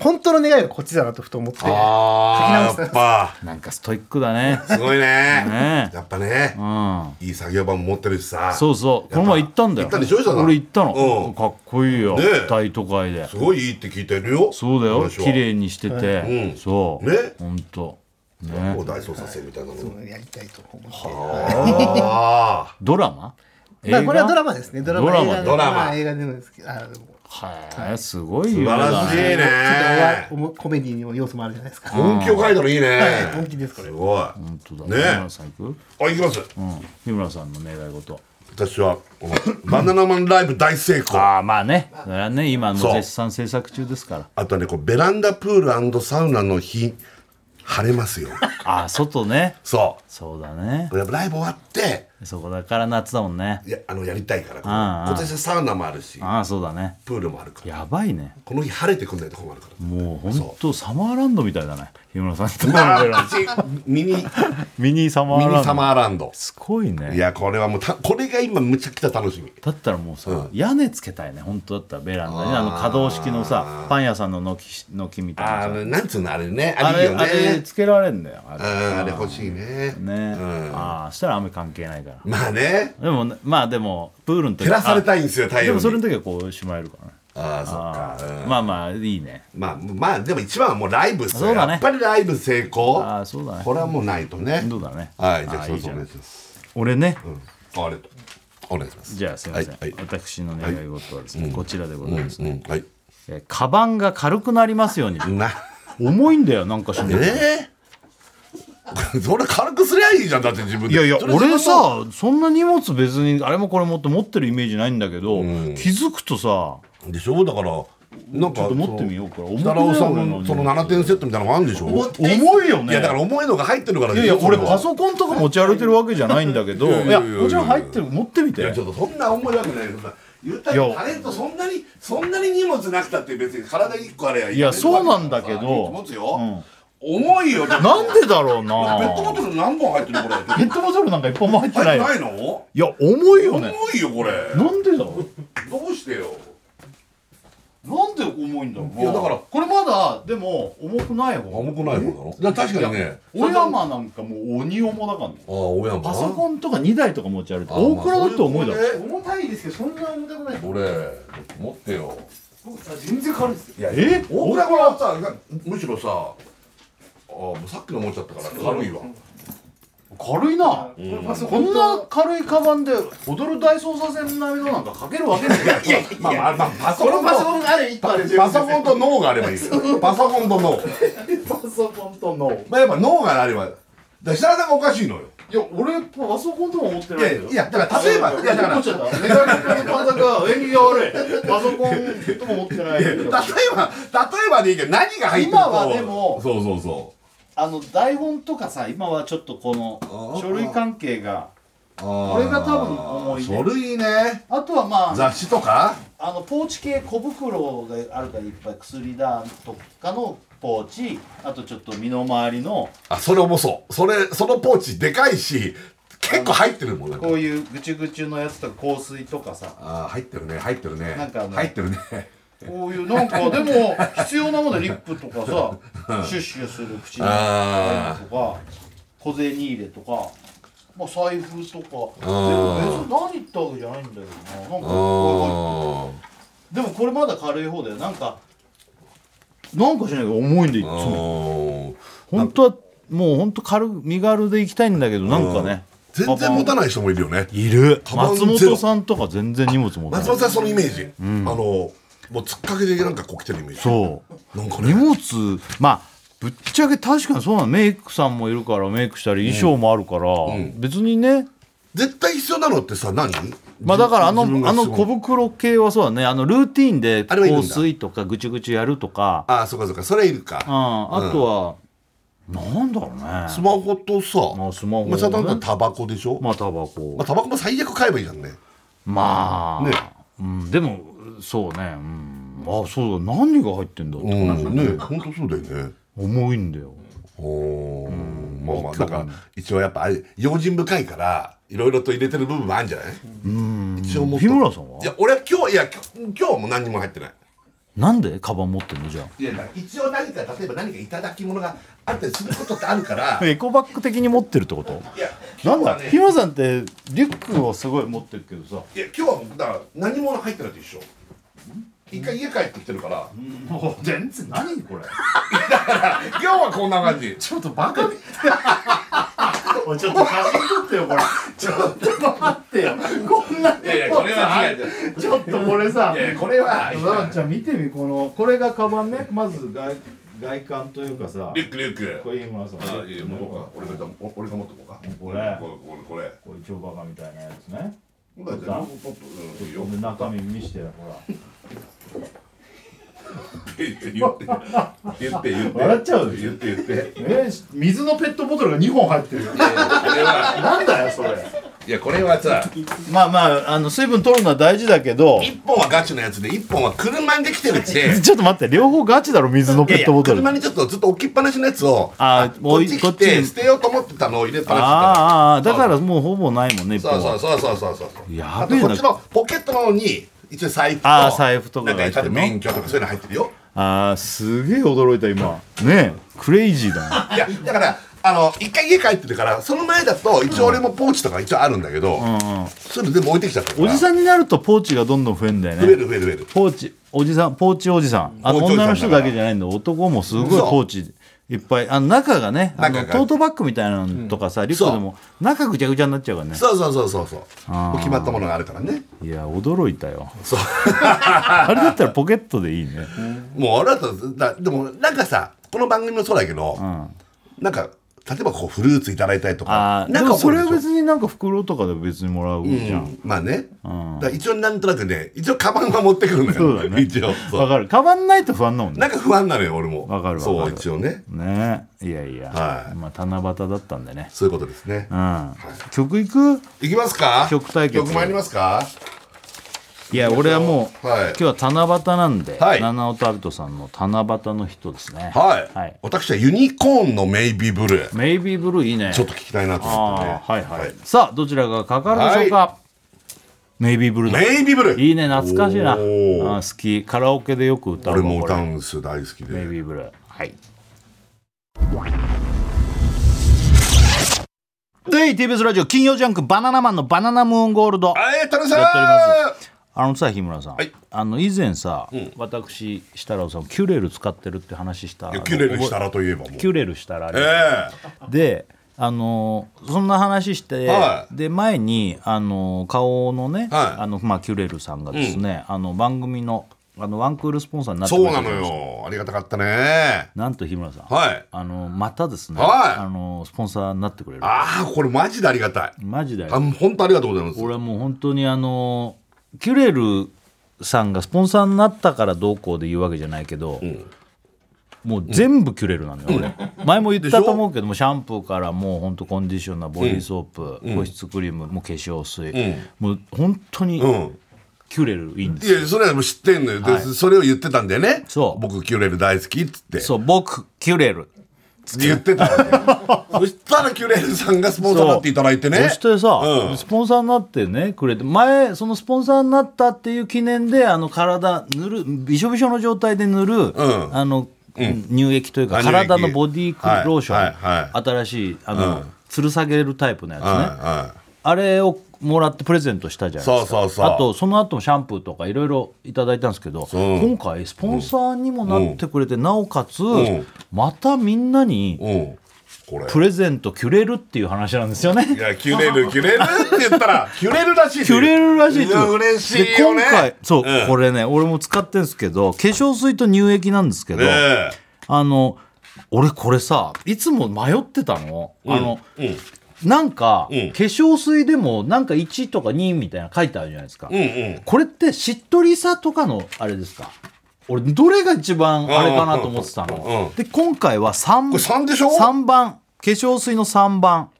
C: 本当の願いはこっちだなとふと思って
B: ああ
C: 書き直した
B: やっぱ
A: なんかストイックだね。
B: すごいね
A: ね
B: やっぱね
A: うん。
B: いい作業場も持ってるしさ
A: そうそうこの前行ったんだよ。
B: 行ったでしょ伊沢さん
A: 俺行った
B: うん
A: の。かっこいいよ
B: ねえ。
A: 大都会で。
B: すごいいいって聞いてるよ
A: そうだよ。
B: 話は
A: 綺麗にして
B: う
A: て
B: ん。
A: そう。
B: ね
A: 本当。
B: も
A: ね
B: う。大捜査線みたいなの
C: そうやりたいと思って、
B: あ
A: ドラマ？
C: まあ、これはドラ
A: マ。
C: マですねド
A: ラ
C: ラ
A: マ
C: マ映画
B: ドラマ
C: まあ、映画でもですけどあでも
A: はい。すごい
B: 素
A: よ。
B: 晴らしいね
C: ちょっとおわおもコメディの要素もあるじゃないですか
B: あ本気を書いたのいいね
C: はい本気ですこれ
B: すごいあ
A: 本当だ。
B: ね
A: 日村さん行く？
B: 行きます
A: うん。日村さんの願い事。
B: 私はこのバナナマンライブ大成功
A: ああまあね。それはね今も
B: そう
A: う絶賛制作中ですから。
B: あとはねこうベランダプールサウナの日晴れ ますよ
A: ああ外ね。
B: そ
A: そうだね。
B: うやっぱライブ終わって
A: そこだから夏だもんね。
B: いやあのやりたいから
A: ああ
B: 今年はサウナもあるし
A: ああそうだね。
B: プールもあるから
A: やばいね。
B: この日晴れてくんないと困るから
A: もう本
B: そ
A: 当サマーランドみたいだね。日村さんと
B: まあ
A: 並べる
B: 私ミニミニ
A: ミニサマーラン
B: サ
A: ド。
B: マーランド
A: すごい
B: い
A: ね。
B: やこれはもうたこれが今むちゃくちゃ楽しみ
A: だったらもうさ屋根つけたいね。本当だったらベランダにあの可動式のさパン屋さんの軒軒みたいな
B: あ
A: さ。
B: ーなんつうのあれね
A: あ
B: あれいい
A: れ
B: よ
A: あれ
B: ね
A: つけられんだよ。あれ
B: ああれ欲しいね
A: ね。
B: うん
A: ああしたら雨関係ないから。
B: まあね
A: でもねまあでもプールの時
B: 照らされたいんですよ太陽に
A: でもそれの時はこうしまえるからね
B: ああそ
A: あ
B: っか
A: ーまあまあいいね
B: まあまあでも一番はもうライブっす
A: そう
B: よ
A: だね
B: やっぱりライブ成功
A: ああそうだね
B: これはもうないとね
A: そうだね
B: はいじゃあそろ
A: あー
B: そ
A: いいじ
B: ろお
A: ゃん
B: 願いします
A: 俺ね
B: あれお願いします
A: じゃあすいません、
B: はいはい
A: 私の願い事はですね、こちらでございます、
B: うんはい
A: えーカバンが軽くなりますように
B: な
A: 重いんだよなんかしんない
B: ええ それ軽くすりゃいいじゃんだって自分で
A: いやいや
B: それ自分
A: 俺
B: の
A: さそんな荷物別にあれもこれもって持ってるイメージないんだけど、気づくとさ
B: でしょだからなんか
A: ちょっと持ってみようか
B: その北郎さん
A: 重くない俺
B: の
A: の
B: その7点セットみたいなのがあるんでしょ
A: 重いよね
B: いやだから重いのが入ってるから
A: いやいや俺パ
B: ン
A: ソコンとか持ち歩いてるわけじゃないんだけどい
B: いや
A: や
B: いやいや
A: もちろん入ってる持ってみて
B: いやちょっとそんな重いわけないけどさ言った
A: い
B: ら
A: や
B: タレントそんなにそんなに荷物なくたって別に体一個あれやい
A: いやそうなんだけど
B: 持つよ、重いよだって
A: なんでだろ
B: ペ
A: う
B: ットボ
A: な
B: トル何本入ってるこれ
A: ペットボトルなんか一本も入ってな
B: 入
A: い
B: ってな
A: よ
B: いの
A: いや重いよ
B: 重
A: ね
B: いよこれ
A: なんでだろう
B: どうしてよ
A: なんで重いんだろう
B: いやだから
A: これまだでも重くない方
B: くない方なの確かにね
A: 小山なんかもう鬼重だからね
B: ああ親も
A: パソコンとか2台とか持ち歩いて
B: あまあ
A: 大倉だって重いだろ
C: 重たいですけどそんな重たくない
B: 俺持ってよ
C: 僕さ全然軽いですよ
B: いや
A: え
B: 大倉はさがむしろさあもうさっきの持っちゃったから軽いわ
A: 軽いな
C: これパソ
A: こ
C: コン
A: んな
C: と
A: 軽いカバンで踊る大捜査線並みのなんかかけるわけないいや
B: まあまあまあパソ
C: このパソ
B: ン
C: コンがある一個ある
B: とパソコンと脳があればいいよパソコンと脳
A: パソコンとのい
B: まあやっぱ脳があればだから設楽さんがおかしいのよ
A: や俺パソコンとか持って
B: い
A: ない
B: や
A: けど
B: いやだから例えばいやだから
A: ちゃった。メガネの感覚が縁起が悪い。パソコンとも持ってない
B: 例 えば例えばでいいけど何が入ってるか
A: 今はでも
B: そうそうそう
A: あの台本とかさ、今はちょっとこの
B: あー
A: 書類関係が、
B: こ
A: これが多分重いね
B: 書類ね
A: あとはまあ、
B: 雑誌とか
A: あのポーチ系小袋があるからいっぱい薬だとかのポーチ、あとちょっと身の回りの
B: あそれ重そうそれそのポーチでかいし結構入ってるもんなんか
A: こういうぐちゅぐちゅのやつとか香水とかさ、
B: あー入ってるね入ってるね
A: なんかあの
B: 入ってるね
A: こういうなんかでも必要なものリップとかさ、シュッシュする口に。
B: あ
A: とか小銭入れとか
E: まあ、財布とかで
B: あー
E: も別に何言ったわけじゃないんだよななんか
B: あ
E: でもこれまだ軽い方だよなんかなんかしないけど重いんでいつ
B: あ
E: も
A: 本当はもう本当軽く身軽で行きたいんだけどなんかね
B: 全然持た
A: ない
B: ない人もいるよね
A: いる
B: カバン
A: 松
B: ゼロ
A: 本さんとか全然荷物持
B: 松
A: たない
B: 本さんそのイメージ、あのもう突っかけでなんかこう来てるイメージ
A: そう
B: なんかね
A: 荷物まあぶっちゃけ確かにそうなのメイクさんもいるからメイクしたり衣装もあるから、別にね
B: 絶対必要なのってさ何
A: まあだからあの
B: 自分が
A: あの
B: すごい
A: 小袋系はそうだねあのルーティンで
B: あれはいるん
A: 香
B: だ
A: 水とかぐちゅぐちゅやるとか
B: ああそうかそうかそれいる
A: うん
B: か
A: あとは、なんだろうね
B: スマホとさ
A: まあスマホね
B: まあ、さなんかタバコでしょ、ま
A: まあタバコ
B: あ、タバコも最悪買えばいいじゃんね
A: まあ、
B: ね
A: うん、でもそうね、うん、あそうだ何が入ってんだろう、
B: うんね本当そうだよね
A: 重いんだよ
B: おーまあまあだから一応やっぱあれ用心深いからいろいろと入れてる部分もあるんじゃない一応もっと
A: 日村さんはい
B: や俺は今日いや今日今日はもう何にも入ってない
A: なんでカバン持ってんのじゃ
B: いやだから一応何か例えば何かいただき物があったりすることってあるか
A: あ
B: ら
A: エコバッグ的に持ってるってこと
B: いや
A: な
B: 今
A: ん
B: 日
A: だ
B: はね
A: 日村さんってリュックをすごい持ってるけどさ
B: いや今日はだから何も入ってないと一緒一回家帰ってきてるから
A: もう全然何これ
B: 今日はこんな感じ
A: ちょっとバカみ たいちょっと写真撮ってよこれ ちょっと待ってよ こんない
B: やいやこれは違う
A: ちょっとこれさ
B: いやいやこれは
A: ザワちゃん見てみこのこれがカバンねまず外外観というかさ
B: リュックリュッ
A: こ
B: ク
A: れ日村さん
B: あいやもうこうか俺がお俺が持ってこうか
A: こ
B: これこ
A: れ
B: れこれ
A: これ超バカみたいなやつね
B: これ
A: だ
B: ポッとうんいいよ
A: で中身見してよほら
B: 言って言って言って
A: 笑っちゃうでしょ
B: 言って言って
A: えー水のペットボトルが2本入ってるよなんだよそれ
B: いやこれはさ
A: まあまああの水分取るのは大事だけど
B: 一本はガチのやつで一本は車で来てるって
A: ちょっと待って両方ガチだろ水の
B: い
A: ペ
B: やい
A: ッ
B: や
A: トボトル
B: 車にちょっとずっと置きっぱなしのやつを
A: あーも
B: こ
A: う
B: っ
A: い
B: ち来て捨てようと思ってたのを入れっぱなしだったの
A: あーあーあーだからもうほぼないもんね一
B: そう
A: 本
B: そう
A: は
B: そうそうそうそう
A: や
B: あと
A: べえ
B: こ
A: な
B: っちのポケットの方に一応財布と
A: あー財布とかが入
B: な
A: っ
B: ん
A: て
B: か
A: るの
B: 免許とかそういうの入ってるよ
A: あーすげえ驚いた今ねえクレイジーだない
B: やだからあの一回家帰ってるからその前だと一応俺もポーチとか一応あるんだけど、それでも置いてきちゃったから
A: おじさんになるとポーチがどんどん増えんだよ
B: 増え
A: ね
B: る増える増える
A: ポーチおじさんポーチおじさんあの
B: ポーチおじさんだから
A: 女の人だけじゃないんだ男もすごいポーチいっぱいあの中がねあの
B: 中が
A: トートバッグみたいなのとかさ、リュックでも中ぐちゃぐちゃになっちゃうからね
B: そうそうそうそうそうもう決まったものがあるからね
A: いや驚いたよ
B: そう
A: あれだったらポケットでいいね
B: もう俺だとだでもなんかさこの番組もそうだけど、なんか例えばこうフルーツいただいたりとか
A: あー
B: な
A: で
B: ん
A: も
B: か
A: それは
B: は
A: 別になんか袋とかで別にもらうじゃん、
B: まあね、だから一応なんとなくね一応カバンは持ってくるのよ
A: そうだね
B: 一応そ
A: わ
B: う
A: かるカバンないと不安なもんね
B: なんか不安なのよ俺も
A: わかるわかる
B: そう一応ね
A: ねいやいや、
B: はい
A: まあ七夕だったんでね
B: そういうことですね、
A: うん、曲いく
B: いきますか
A: 曲対決
B: 曲参りますか
A: いや俺はもう、
B: はい
A: 今日は七夕なんで、
B: はい
A: 七尾タルトさんの七夕の人ですね
B: はい、
A: はい、
B: 私はユニコーンのメイビーブルー
A: メイビーブルーいいね
B: ちょっと聞きたいなと思ってね
A: ああはいはい、さあどちらがかかるでしょうか、メイビーブルーだ
B: メイビーブルー
A: いいね懐かしいなあ
B: おー
A: ー好きカラオケでよく歌うわ
B: 俺も歌
A: こ
B: うんですよ大好き
A: れメイ
B: で
A: ビーブルーはいで TBS ラジオ金曜ジャンク「バナナマンのバナナムーンゴールド」
B: はいタルさん
A: やっておりますあのさ日村さん、
B: はい
A: あの以前さ、私設楽さんキュレル使ってるって話した
B: いやキュレルしたらといえばもう
A: キュレルしたらあれ
B: え
A: であのーそんな話して、
B: はい
A: で前にあのー顔のね、
B: はい
A: あのまあ、キュレルさんがですね、あの番組のあのワンクールスポンサーにな
B: え
A: って
B: そう
A: た
B: な
A: じ
B: の
A: ゃいですか
B: よありがたかったね
A: なんと日村さん、
B: はい
A: あのまたですね、
B: はい
A: あのスポンサーになってくれる
B: ああこれマジでありがたい
A: マジだ
B: あ
A: よ
B: 本当ありがとうございます
A: 俺はもう本当にあのーキュレルさんがスポンサーになったからどうこうで言うわけじゃないけど、もう全部キュレルなのよ、俺前も言ったと思うけどもシャンプーからもう本当コンディショナーボディーソープ、保湿クリームもう化粧水、もう本当に
B: うん
A: キュレルいいんです
B: いやそれはもう知ってんのよ、でそれを言ってたんだよね
A: そう
B: 僕キュレル大好きっつって
A: そう僕キュレル
B: 言ってた わけそしたらキュレルさんがスポンサーになっていただいてね
A: そしてさ、
B: うん
A: スポンサーになってねくれて前そのスポンサーになったっていう記念であの体塗るびしょびしょの状態で塗る、
B: ん
A: あの、乳液というか
B: あ乳液
A: 体のボディークローション、
B: はいはいは
A: 新しいあの、
B: うん
A: 吊る下げるタイプのやつね、
B: は
A: あれをもらってプレゼントしたじゃないですか
B: そうそうそう
A: あとその後もシャンプーとかいろいろいただいたんですけど
B: う
A: 今回スポンサーにもなってくれて、なおかつ、
B: ん
A: またみんなに
B: いはいうんこれ
A: プレゼントキュレるっていう話なんですよね
B: いやキュレルキュレルって言ったらキュレルらしい
A: キュレるらしいです
B: や
A: よ
B: 嬉しいよね
A: で今回そう、
B: うん
A: これね俺も使ってるんですけど化粧水と乳液なんですけど、
B: ねえ
A: あの俺これさいつも迷ってたの,、あの
B: うん
A: なんか、
B: うん
A: 化粧水でもなんか1とか2みたいなの書いてあるじゃないですか、
B: うんうん
A: これってしっとりさとかのあれですか俺どれが一番あれかなと思ってたの、
B: うん
A: で今回は3
B: これ三でしょ
A: 三番化粧水の3番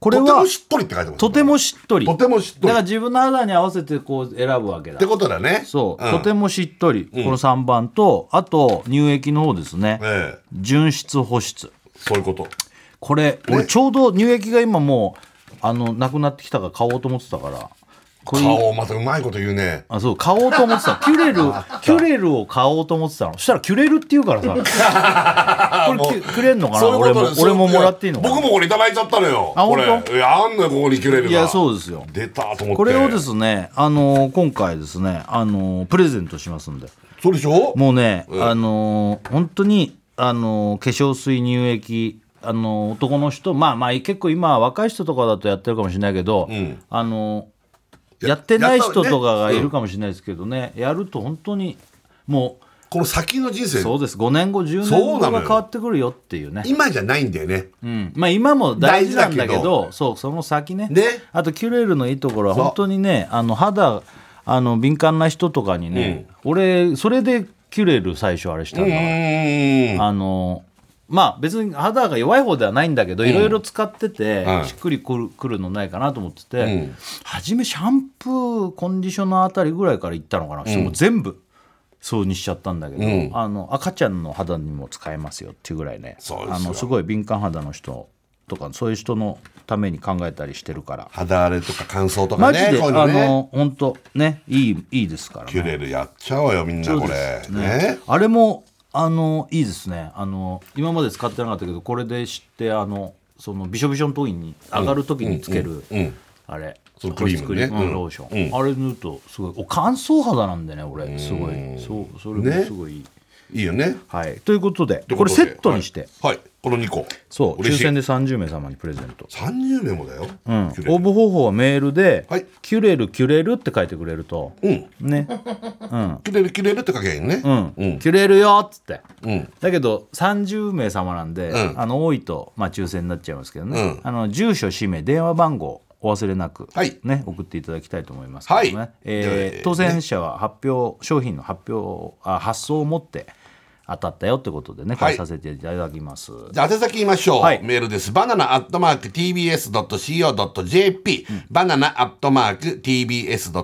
A: これ
B: とて
A: は
B: もしっとりって書いてます
A: とてもしっとり
B: とてもしっとり
A: だから自分の肌に合わせてこう選ぶわけだ
B: ってことだね
A: そう、
B: ん
A: とてもしっとり、この3番とあと乳液の方ですね、
B: ええ
A: 純質保湿
B: そういうこと
A: これ、俺ちょうど乳液が今もうあのなくなってきたから買おうと思ってたからこれ
B: 顔またうまいこと言うね
A: あそう買おうと思って たキュレルキュレルを買おうと思ってたのそしたらキュレルって言うか らさこれキュくれんのかな俺も
B: です
A: 俺ももらっていいのかな
B: 僕もこれいただいちゃったのよ
A: あ
B: これ
A: 本
B: い
A: 当
B: やあんのよここにキュレルが
A: いやそうですよ
B: 出たと思って
A: これをですね、あのー今回ですね、あのープレゼントしますんで
B: そうでしょ
A: もうね、あのー本当に、あのー化粧水乳液あのー男の人まあまあ結構今若い人とかだとやってるかもしれないけど、
B: ん
A: あのー
B: や
A: やってない人とか
B: やった
A: が
B: ね
A: いるかもしれないですけどね、やると本当にも
B: この先の人
A: う
B: 生
A: そうです5年後10年
B: そう
A: 後
B: なの
A: が
B: よ
A: 変わってくるよっていうね
B: 今じゃないんだよね
A: うんまあ、今も大事なんだけ
B: 大事だけ
A: ど
B: ど
A: そうその先ね
B: ね
A: あとキュレルのいいところは
B: そう
A: 本当にねあの肌あの敏感な人とかにね、俺それでキュレル最初あれしたの、
B: うーん
A: あのまあ別に肌が弱い方ではないんだけどいろいろ使ってて、
B: はい
A: しっくりくるくるのないかなと思ってて、
B: ん
A: 初めシャンプーコンディショナーあたりぐらいからいったのかな、もう全部そうにしちゃったんだけど、
B: うん
A: あの赤ちゃんの肌にも使えますよっていうぐらいね
B: そうですよ
A: あのすごい敏感肌の人とかそういう人のために考えたりしてるから、
B: 肌荒れとか乾燥とか
A: マジ
B: ね
A: で、
B: こういう
A: あ
B: のね
A: の本当ねいいいいですから、ね、
B: キュレルやっちゃおうよみんなこれね
A: あれもあのいいですねあの今まで使ってなかったけどこれで知ってあのそのびしょびしょの時に上がる時につける、
B: うんうん
A: あれ
B: そのクリームね
A: 保湿クリーム
B: うん
A: ローション、あれ塗るとすごいお乾燥肌なんでね俺すごいそうそれもすごいいい、
B: いいよね
A: はいということで
B: という
A: ことれ
B: で
A: セットにして、
B: はいこの2個
A: そう抽
B: 嬉しい
A: 選で30名様にプレゼント
B: 30名もだよキ
A: うん
B: ュレル
A: 応募方法はメールで
B: はい
A: キュレルキュレル」って書いてくれると、
B: うん
A: ね
B: キュレルキュレルって書けばいいね
A: うん
B: うん
A: キュレルよっつって、
B: うん
A: だけど30名様なんで、
B: うん
A: あの多いと、まあ、抽選になっちゃいますけどね、
B: うん
A: あの住所氏名電話番号お忘れなく、
B: はい
A: ね、送っていただきたいと思いますけどね、
B: はい
A: えー
B: えー
A: 当選者は発表商品の発表あ発送を持って当たったよってことでねこ
B: は
A: れ
B: い
A: させていただきます、
B: じゃあ宛先言いましょう、
A: はい
B: メールですバナナアットマーク TBS.CO.JP、バナナアットマーク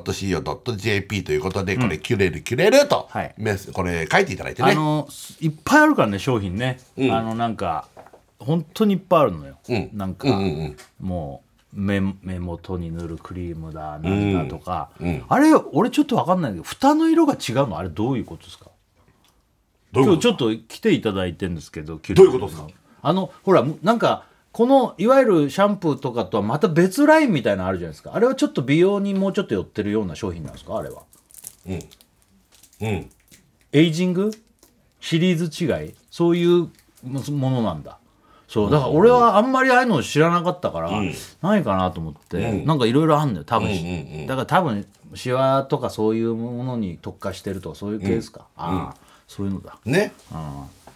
B: TBS.CO.JP ということでこれ、キュレルキュレルと、
A: はい
B: メスこれ書いていただいて
A: あ
B: ね
A: のすいっぱいあるからね商品ね、あのなんか本当にいっぱいあるのよ、なんか、もう目目元に塗るクリームだなんだとか、あれ俺ちょっと分かんないけど蓋の色が違うのあれどういうことですか
B: どういう
A: 今
B: こ
A: 日
B: と
A: ちょっと来ていただいてんですけどどう
B: どういうことですか
A: あのほらなんかこのいわゆるシャンプーとかとはまた別ラインみたいなのあるじゃないですかあれはちょっと美容にもうちょっと寄ってるような商品なんですかあれは
B: うん
A: エイジングシリーズ違いそういうもものなんだそうだから俺はあんまりああいうの知らなかったから、何かなと思って、なんかいろいろあんのよ多分、だから多分シワとかそういうものに特化してるとかそういうケースか、ああ、そういうのだ
B: ね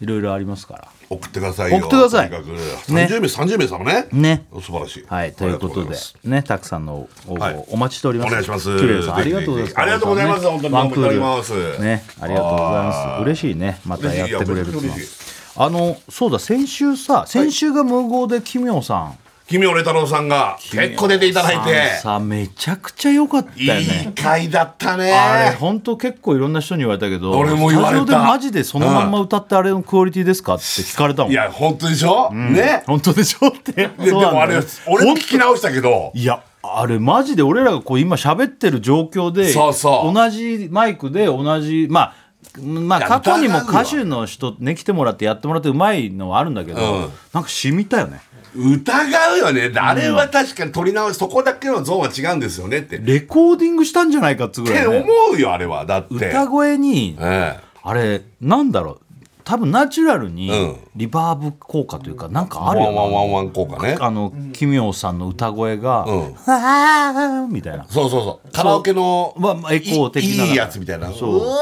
A: いろいろありますから
B: 送ってくださいよ
A: 送ってください
B: とにかく
A: ね
B: 30名、30名様ね
A: ね
B: 素晴らしい
A: はいという
B: あ
A: こと
B: りがござ
A: で
B: ます
A: ねたくさんの応
B: は
A: 募
B: い
A: お待ちしております、
B: お願いします
A: キュレルさんありがとうご
B: ぜ
A: ざいます
B: ひぜひありがとうございます本当に
A: ワンクー
B: 頑
A: ル
B: 張っております
A: ねありがとうござい
B: あ
A: ま
B: ー
A: す嬉しいねまたやってくれるっていう
B: 嬉
A: の
B: しいいや本当
A: は
B: に嬉
A: あのそうだ先週さ先週が無言で奇妙さん、
B: 君俺太郎さんが結構出ていただい
A: さん
B: て
A: さめちゃくちゃ良かった
B: い
A: よ
B: い
A: ね
B: 回だったね
A: あれ本当結構いろんな人に言われたけど
B: 俺も言われた
A: スタジオでマジでそのまんま歌ってあれのクオリティですかって聞かれたもん
B: いや本当でしょ、ね
A: 本当でしょってで
B: ででもあれ俺も聞き直したけど
A: いやあれマジで俺らがこう今喋ってる状況で
B: そうそう
A: 同じマイクで同じまあまあ
B: いや
A: 過去にも
B: 疑うわ
A: 歌手の人ね来てもらってやってもらってうまいのはあるんだけど、
B: うん
A: なんか染みたよね
B: 疑うよねあれは確かに取り直しそこだけのゾーンは違うんですよねって、っ
A: レコーディングしたんじゃないかっつうぐら
B: て
A: い、ね
B: 思、うよあれはだって
A: 歌声に
B: え
A: あれなんだろう多分ナチュラルに
B: うん
A: リバーブ効果というかなんかあ
B: ワ
A: るよ
B: ンワン
A: な
B: ワンワン効果ね
A: あの奇妙さんの歌声が「
B: うん
A: わあ」みたいな
B: そうそうそうカラオケの
A: まあまあエコー的ない
B: いいやつみたいな
A: そう
B: うわ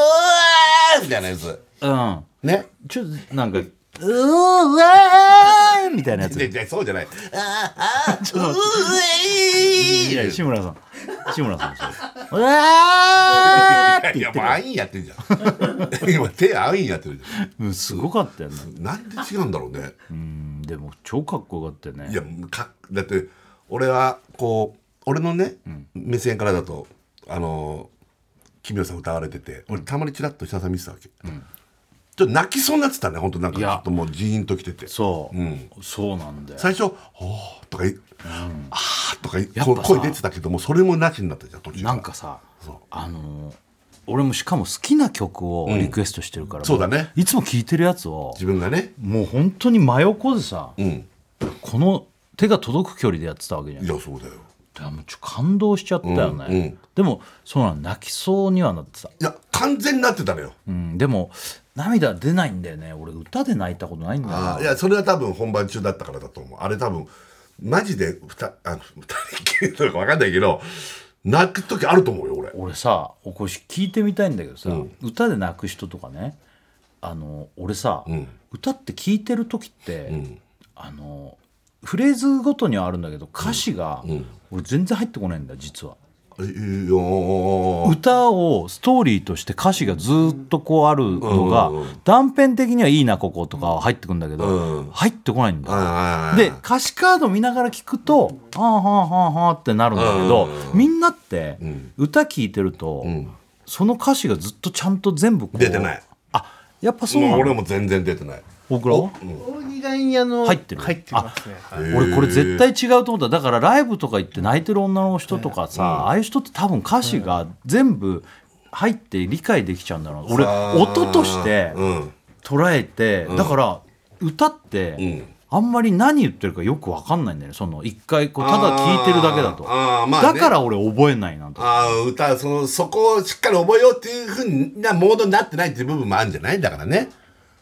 B: ーみたいなやつ
A: うん
B: ね
A: ちょっとなんか「うーわー」みたいなやつ
B: ででそうじ ゃないあーあーう
A: い
B: え
A: や
B: ーい
A: 志村さん志村さんもそう「うわー」って
B: い
A: 言
B: や
A: って
B: もうアインやってるじゃ ん今手アインやってるじゃ
A: うんすごかったよね
B: んなんで違うんだろうね
A: うんでも超かっこよかったよね
B: いやかだって俺はこう俺のね、目線からだとあの奇妙さん歌われてて俺たまにチラッと久々見てたわけ、ちょっと泣きそうになってたね本当なんか
A: い
B: ちょ
A: や
B: っともうジーンときてて
A: そう、
B: うん
A: そうなんだよ
B: 最初「おー」とかい「あー」とかい
A: やっぱさ
B: こう声出てたけどもそれもなしになったじゃん途中ら
A: なんかさ
B: そう
A: あのー俺もしかも好きな曲をリクエストしてるから、
B: そうだね
A: いつも聴いてるやつを
B: 自分がね
A: もう本当に真横でさ、
B: うん
A: この手が届く距離でやってたわけじゃん
B: いやそうだよ
A: だからもうちょっと感動しちゃったよね、
B: うんうん
A: でもそうなの泣きそうにはなってた、
B: いや完全になってたのよ
A: うん、でも涙出ないんだよね俺歌で泣いたことないんだよ
B: あ
A: な
B: ーいやそれは多分本番中だったからだと思うあれ多分マジでふたあの二人きりとか分かんないけど泣く時あると思うよ俺
A: 俺さこれ聞いてみたいんだけどさ、歌で泣く人とかねあの俺さ、
B: ん
A: 歌って聞いてる時って、
B: ん
A: あのフレーズごとにはあるんだけど歌詞が、俺全然入ってこないんだ実は。
B: えーよー
A: 歌をストーリーとして歌詞がずっとこうあるのが、
B: うん
A: 断片的には「いいなここ」とかは入ってくんだけど、
B: うん
A: 入ってこないんだよ
B: あー
A: で歌詞カード見ながら聞くと「ああはあはあはあ」ってなるんだけどみんなって歌聞いてると、その歌詞がずっとちゃんと全部こう
B: 出てない
A: あやっぱそう
B: も
A: な
B: う
A: の
B: 俺も全然出てない
A: 大倉は
E: 意外にあの
A: 入ってる
D: 入ってますね。
A: あ俺これ絶対違うと思っただからライブとか行って泣いてる女の人とかさ、ああいう人って多分歌詞が全部入って理解できちゃうんだろう俺
B: あー
A: 音として
B: うん
A: 捉えて、だから歌って、
B: ん
A: あんまり何言ってるかよく分かんないんだよねその一回こうただ聞いてるだけだと、
B: あーあーまあね
A: だから俺覚えないなんて
B: ああ歌そのそこをしっかり覚えようっていうふうなモードになってないっていう部分もあるんじゃないだからね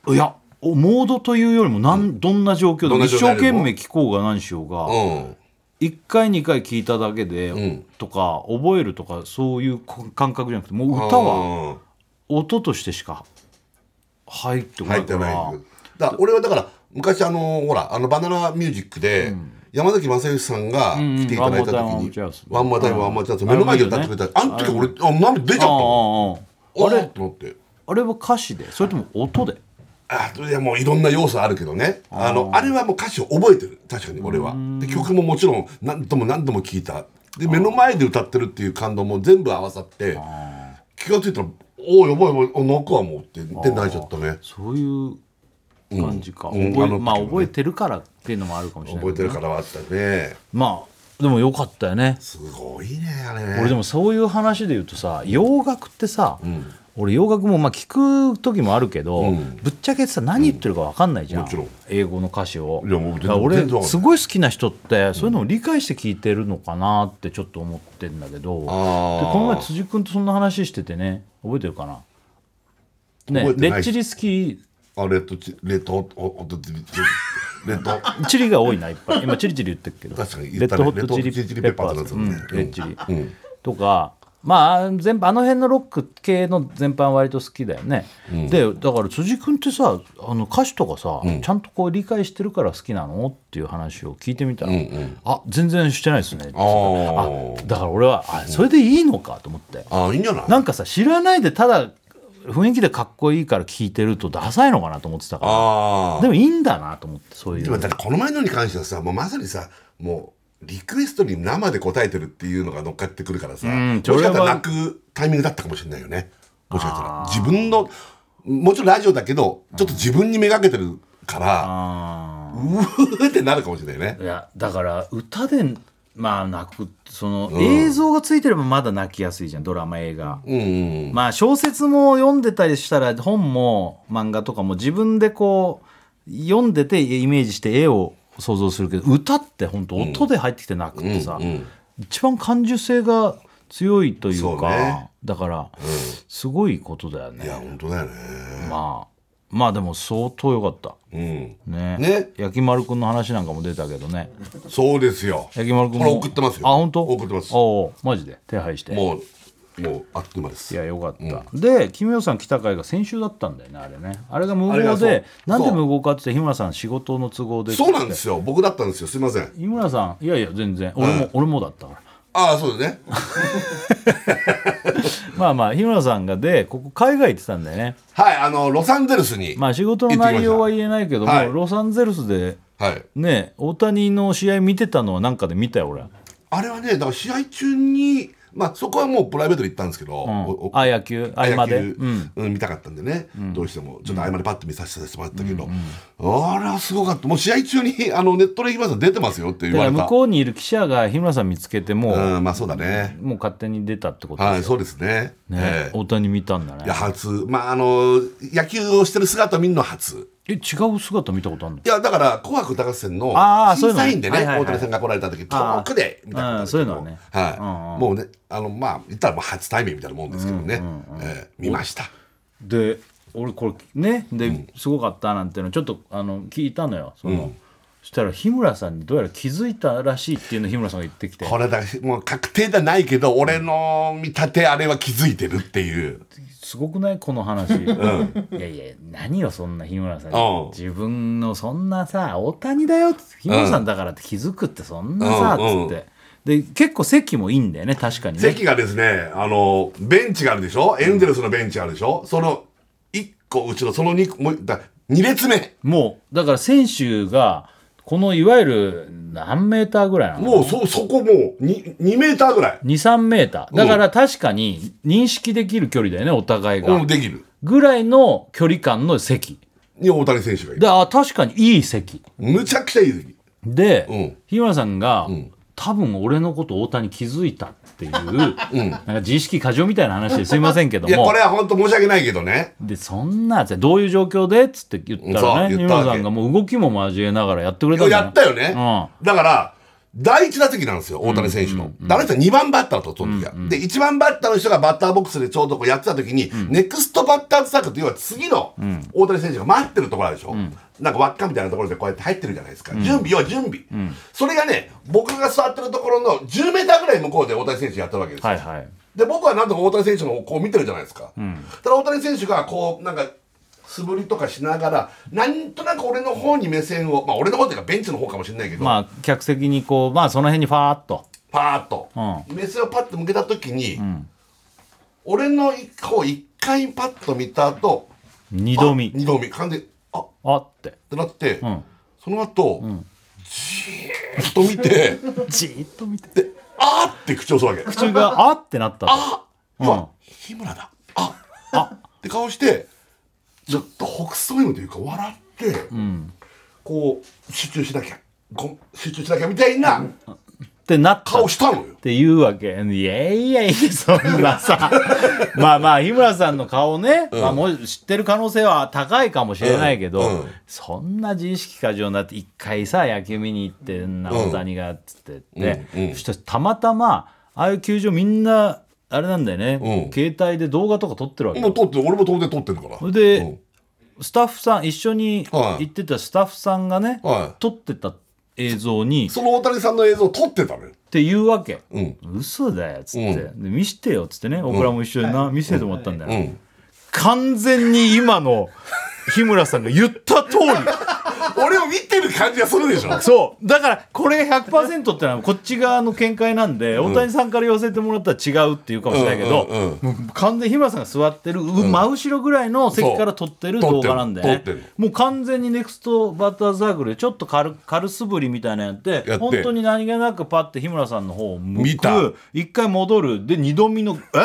A: いやおモードというよりもなん、どんな状況で
B: どん
A: も
B: な
A: 一
B: 状態でも
A: 生懸命聞こうが何しようが、
B: うん
A: 1回2回聞いただけで、
B: ん
A: とか覚えるとかそういう感覚じゃなくてもう歌は音としてしか入ってこな
B: 入
A: い
B: って
A: か
B: ない
A: ら
B: だから俺はだから昔あのほらあのバナナミュージックで、山崎正義さんが来ていただいた時
A: うんうん
B: に「ワン
A: ワン
B: マ
A: モ
B: ー
A: ア
B: タ
A: タ
B: イ
A: イ
B: ム
A: ム
B: ワンマーチャンス」
A: うん
B: 目の前で歌ってくれたあの時俺あ涙出ちゃった
A: ああ
B: もん
A: ああ
B: あ
A: ああ
B: れ
A: れ
B: と思って
A: あれは歌詞でそれとも音で
B: あいやもういろんな要素あるけどねあのあれはもう歌詞を覚えてる確かに俺はで曲ももちろん何度も何度も聴いたで目の前で歌ってるっていう感動も全部合わさって気が付いたら「おおやばいやばいあ泣くわもう」ってで泣いちゃったね
A: そういう感じか、
B: うん
A: 覚え
B: あの時もね
A: まあ覚えてるからっていうのもあるかもしれないけ
B: 覚
A: ど
B: えてるからはあったね
A: まあでもよかったよね
B: すごいねあれね
A: 俺でもそういう話で言うとさ洋楽ってさ、俺洋楽もまあ聞く時もあるけど、
B: ん
A: ぶっちゃけさ何言ってるか分かんないじゃん,、
B: もちろん
A: 英語の歌詞を
B: いやもう全然
A: だから
B: 全然わかんな
A: 俺
B: い
A: すごい好きな人ってそういうのを理解して聞いてるのかなってちょっと思ってんだけど、でこ
B: あー
A: の前辻君とそんな話しててね覚えてるかな
B: 覚
A: ね
B: えて
A: レ
B: ない
A: ッチリ好き
B: あレッドチレッドおおとレッドレッド
A: チリが多いないっぱい今チリチリ言ってるけど
B: 確かに
A: レ
B: 言っ
A: ッ
B: た
A: ド
B: ね
A: ホットチ
B: レ
A: リ
B: ッドホットチリ
A: ペ
B: ペ
A: ッ
B: ッ
A: パ
B: パ
A: ー
B: ー
A: ズ
B: ズ
A: うん
B: だ
A: レ
B: ったね
A: ッチリ
B: うん
A: とかまあ全部あの辺のロック系の全般割と好きだよね、でだから辻君ってさあの歌詞とかさ、ちゃんとこう理解してるから好きなのっていう話を聞いてみたら、あ全然してないですね
B: あー
A: あだから俺はあそれでいいのかと思って
B: ああいいんじゃない
A: なんかさ知らないでただ雰囲気でかっこいいから聞いてるとダサいのかなと思ってたか
B: あ
A: らでもいいんだなと思ってそうい
B: で
A: う
B: もだってこの前のに関してはさもうまさにさもうリクエストに生で答えてるっていうのが乗っかってくるからさ、
A: ん
B: もしかした
A: それ
B: ら
A: は
B: 泣くタイミングだったかもしれないよねもしかしたら自分のもちろんラジオだけどちょっと自分にめがけてるから、
A: あー
B: うーってなるかもしれないよね
A: いやだから歌でまあ泣くその映像がついてればまだ泣きやすいじゃんドラマ映画、
B: うんうんうん
A: まあ小説も読んでたりしたら本も漫画とかも自分でこう読んでてイメージして絵を想像するけど歌って本当音で入ってきて泣くってさ、
B: うんうん
A: 一番感受性が強いという
B: そう
A: か
B: ね
A: だから、すごいことだよ
B: いや
A: ね
B: 本当だよね
A: まあまあでも相当良かった
B: うん
A: ね
B: ね
A: 焼き丸くんの話なんかも出たけどね
B: そうですよ
A: 焼き丸くん
B: これ
A: も
B: 送ってますよ
A: あ本当
B: 送ってます
A: おうマジで手配して
B: もうもうあっという間です
A: いやよかった、で「君よさん来た回」が先週だったんだよねあれねあれが無
B: あれ
A: 謀
B: がそう
A: でなんで
B: そう
A: 無謀かって言って日村さん仕事の都合で
B: そうなんですすよ僕だったんですよすいません
A: 日村さんいやいや全然俺も、俺もだったから
B: ああそうだね
A: まあまあ日村さんがでここ海外行ってたんだよね
B: はいあのロサンゼルスに
A: まあ仕事の内容は言えないけども、
B: 行ってきました
A: ロサンゼルスで
B: はい
A: ね大谷の試合見てたのはなんかで見たよ俺、
B: あれはねだから試合中にまあそこはもうプライベートで行ったんですけど、
A: うん
B: おお
A: あ野球合間で、
B: 野球
A: うん、
B: うん見たかったんでね、どうしてもちょっと合間でパッと見させてもらったけど、あれはすごかったもう試合中にあのネットで今さ出てますよって
A: だ
B: 言
A: か
B: わ
A: ら
B: れた
A: 向こうにいる記者が日村さん見つけてもう、
B: うんまあそうだね
A: もう勝手に出たってこと
B: はいそうですね
A: ね、
B: ええ
A: 大谷見たんだね
B: いや初まああの野球をしてる姿を見るのは初
A: え違う姿見たことあるの
B: いやだから「紅白歌合戦」の
A: あーそう
B: 審
A: いうの
B: 査
A: ね
B: 員で
A: は
B: ね
A: いはいはい
B: 大谷さんが来られた時
A: あー
B: 遠くで見たことあるけ
A: うん
B: ど
A: そういうのはねうんう
B: は
A: ん
B: いもうねあのまあ言ったらもう初対面みたいなもんですけどねええ見ました
A: で俺これねですごかったなんてのちょっとあの聞いたのよその、そしたら日村さんにどうやら気づいたらしいっていうのを日村さんが言ってきて
B: これだもう確定じゃないけど俺の見立てあれは気づいてるっていう
A: すごくないこの話、いやいや何よそんな日村さん
B: うん
A: 自分のそんなさ大谷だよっつって日村さんだからって気づくってそんなさっつって、
B: うんうん
A: で結構席もいいんだよね確かにね
B: 席がですねあのベンチがあるでしょエンゼルスのベンチあるでしょその1個うちのその 2, もうだ2列目
A: もうだから選手がこのいわゆる何メーターぐらいなの
B: もうそそこもう 2, 2メーターぐらい
A: 23メーターだから確かに認識できる距離だよねお互い
B: うん
A: が
B: できる
A: ぐらいの距離感の席
B: に大谷選手がいる
A: であ確かにいい席
B: むちゃくちゃいい席
A: で、
B: うん
A: 日村さんが、多分俺のこと大谷気づいたっていう、 なんか自意識過剰みたいな話ですいませんけど
B: いや
A: も
B: これは本当申し訳ないけどね
A: でそんなってどういう状況でっつって言ったらね
B: そう
A: 日
B: 言ったわ
A: 村
B: け
A: さんがもう動きも交えながらやってくれたんだ
B: やったよね、
A: う
B: だから第一打席なんですよ大谷選手の、あの人2番バッターとその時は、で1番バッターの人がバッターボックスでちょうどこうやってた時に、ネクストバッターズサークルって要は次の大谷選手が待ってるところあるでしょ、なんか輪っかみたいなところでこうやって入ってるじゃないですか、準備要は準備、それがね僕が座ってるところの10メーターぐらい向こうで大谷選手やってるわけですよ、
A: はいはい
B: で僕はなんとか大谷選手の方をこう見てるじゃないですか、ただ大谷選手がこうなんか素振りとかしながらなんとなく俺の方に目線をまあ俺の方っていうかベンチの方かもしれないけど、
A: まあ客席にこうまあその辺にファーっと
B: パーッと、目線をパッと向けた時に、俺の方を一回パッと見た後
A: 二度見
B: あ二度見完全にあっ
A: あって
B: てなって、
A: ん
B: その後、じーっと見て
A: じーっと見て
B: であーって口を押すわけ
A: 口があってなったと
B: あうわ、日村だああって顔してちょっと北斎のというか笑って、こう集中しなきゃこう集中しなきゃみたいな
A: ってなった
B: 顔したのよ
A: っ、ていうわけいやいやいやそんなさまあまあ日村さんの顔ね、まあ、もう知ってる可能性は高いかもしれないけど、
B: うんうん
A: そんな自意識過剰になって一回さ野球見に行ってんな大谷がっつってって、
B: うんうん
A: そしたらたまたまああいう球場みんなあれなんだよね、
B: うん
A: 携帯で動画とか撮ってるわけよ
B: もう撮って俺も当然撮ってるから
A: それで、
B: うん
A: スタッフさん一緒に
B: はい
A: 行ってたスタッフさんがね、
B: はい
A: 撮ってた映像にっ
B: その大谷さんの映像を撮ってたのよ
A: ていうわけ。
B: うん
A: 嘘だよっつって、
B: う
A: で見してよっつってねオクラも一緒にな、見せてもらったんだよ、
B: うん
A: 完全に今の日村さんが言っ た通り
B: 俺を見てる感じがするでしょ
A: そうだからこれが100%ってのはこっち側の見解なんで、大谷さんから寄せてもらったら違うっていうかもしれないけど、
B: うんうんうん
A: もう完全に日村さんが座ってる、真後ろぐらいの席から撮ってる
B: そう
A: 動画なんで、
B: 撮ってる撮って
A: もう完全にネクストバッターズサークルでちょっと軽軽素振りみたいなのやって
B: て
A: 本当に何気なくパッて日村さんの方を向
B: 見た
A: く一回戻るで二度見の「え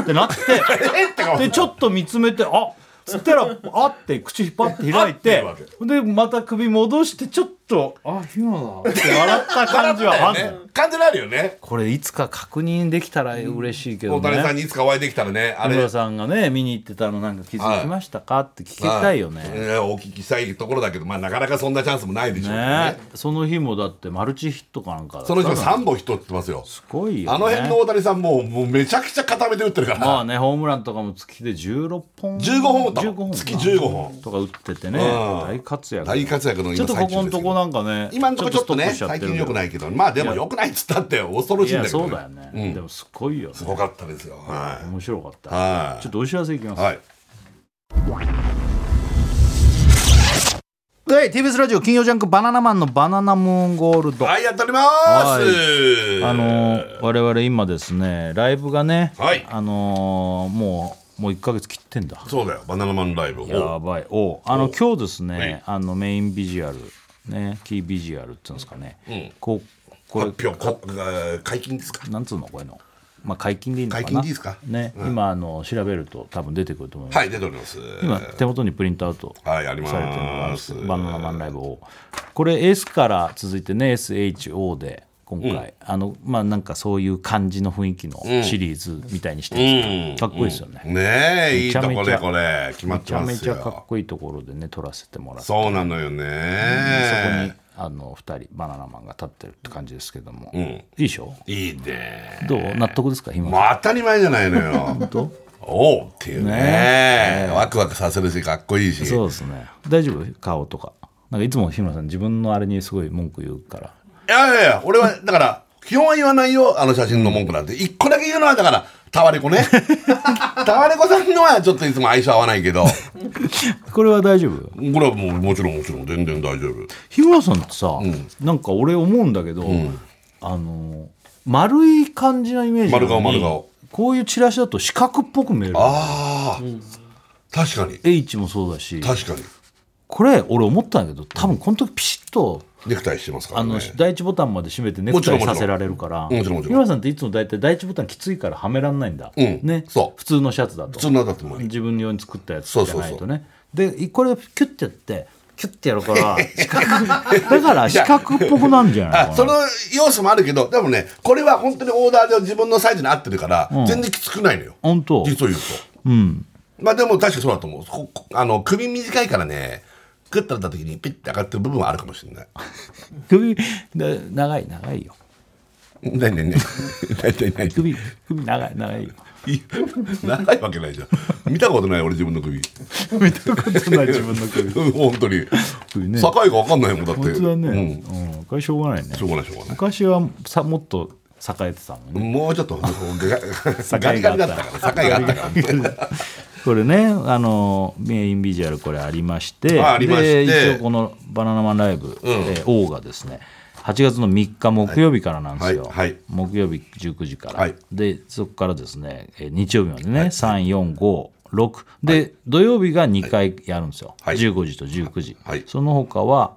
A: っ?」てなって
B: えって顔
A: でちょっと見つめてあっつったらあって口パッて開い
B: 合って
A: て
B: るわけ
A: でまた首戻してちょっと「あヒューだ」って笑った感じはあんのよ
B: 感じられるよね
A: これいつか確認できたら嬉しいけど
B: 大谷さん
A: ね
B: にいつかお会いできたらねあ
A: 小
B: れ
A: 倉さんがね見に行ってたのなんか気づきましたかって聞きたいよ
B: は
A: ね
B: えーお聞きしたいところだけどまあなかなかそんなチャンスもないでしょうからね
A: ねその日もだってマルチヒットかなんかだった
B: その人3本ヒット打ってますよ
A: すごいよね
B: あの辺の大谷さんもうもうめちゃくちゃ固めて打ってるから、
A: まあねホームランとかも月で16本
B: 15本打った
A: 15本か
B: 月15本
A: とか打っててね
B: うん
A: 大活躍
B: 大活躍の
A: ち
B: 今
A: ょっと
B: 最
A: こ
B: 中
A: こ
B: です
A: のと
B: け
A: こ
B: ど
A: なんかね
B: 今のとこちょっとね
A: ストップ
B: 最
A: しちゃてる
B: 近
A: け
B: 良
A: ど
B: くないけどまあでも良くないっつったって恐ろし
A: い
B: いんだ
A: や
B: けど、
A: そ
B: ね、
A: うだよね、
B: うん
A: でもすごいよね
B: すごかったですよは
A: 面白かった、
B: い、は
A: ちょっとお知らせいきま
B: い
A: す、
B: はい
A: はい、TBS ラジオ金曜ジャンク「バナナマンのバナナムーンゴールド」
B: はいやっております
A: あのー我々今ですねライブがね、
B: はい
A: あのーもうもう1か月切ってんだ
B: そうだよバナナマンライブ
A: やばいおうあの今日ですね、
B: はい
A: あのメインビジュアルねキービジュアルっていうんですかね、
B: ん
A: こうこれ
B: 発表こえー解禁ですか
A: なんつうのこういうの、まあ、解禁でいいのかな
B: 解禁でいいですか
A: ね、今あの調べると多分出てくると思います、
B: はい出ております
A: 今手元にプリントアウト
B: はいあり
A: されてるのがあるん
B: ま
A: ですすけどバナナマンライブをこれ S から続いてね SHO で今回、あのまあなんかそういう感じの雰囲気のシリーズみたいにしてるんですけどかっこいいですよね、
B: ねえいいとこ
A: め
B: ね
A: ちゃめちゃ
B: これ決まっ
A: めち
B: て
A: ゃ
B: ま
A: め
B: す
A: ちゃかっ
B: よ
A: こいいところでね撮らせてもらって
B: そうなのよ
A: そこに
B: ね
A: あの2人バナナマンが立ってるって感じですけども、いいでしょ
B: いいね
A: どう納得ですか今
B: もう当たり前じゃないのよおうっていうねワクワクさせるしかっこいいし
A: そうですね大丈夫顔とかなんかいつも日村さん自分のあれにすごい文句言うから
B: いやいやいや、俺は、だから、基本は言わないよ、あの写真の文句なんて。一個だけ言うのは、だから、タワレコ ね。タワレコさんのは、ちょっといつも相性合わないけど、こ
A: これは大丈夫
B: れはもう、もちろん、もちろん、全然大丈夫。
A: 日村さんってさ、なんか俺思うんだけど、あの丸い感じのイメージなのに
B: 丸顔丸顔
A: こういうチラシだと四角っぽく見える
B: ああ、確かに、
A: H もそうだし
B: 確かに。
A: これ俺思ったんだけど多分この時ピシッと
B: ネクタイしてますか
A: あ
B: ら
A: の、
B: ね。
A: 第一ボタンまで閉めてネクタ
B: も
A: イ
B: ちろんもちろ
A: さ
B: ん
A: せられるから
B: もちろんもちろん
A: 日村さんっていつも大体第一ボタンきついからはめらんないんだ、
B: うん
A: ね
B: そう
A: 普通のシャツだと
B: 普通のだってもう
A: 自分用に作ったやつじ
B: そう
A: ゃ
B: そうそう
A: ないとねでこれをキュッてやってキュッてやるから四角だから四角っぽくなんじゃない
B: あ
A: か
B: そ
A: な
B: の要素もあるけどでもねこれは本当にオーダーで自分のサイズに合ってるから、全然きつくないのよ
A: 本当
B: 実を言うとまあでも確かそうだと思うここあの首短いからね食ったらった時にピッて上がってる部分はあるかもしれない
A: 首な長い長いよ
B: な になになになに
A: 首首長い長いよ
B: 長いわけないじゃん見たことない俺自分の首
A: 見たことない自分の首
B: うん 本当に
A: 首ね
B: 境が分かんないもんだって
A: 本当だね、
B: う
A: うんこれしょうがないね
B: ん、しょうがないしょうがない
A: 昔はさもっと栄えてたもんね
B: もうちょっ とガ
A: があった
B: リガリだったから境があったから
A: これねあのメインビジュアルこれありまして
B: あありまして
A: で一応この「バナナマンライブ、えー O」がですね8月の3日木曜日からなんですよ、
B: はいはい
A: 木曜日19時から、
B: はい
A: でそこからですねえー日曜日までね、3456で、土曜日が2回やるんですよ、
B: はい
A: 15時と19時、
B: はい
A: その他は、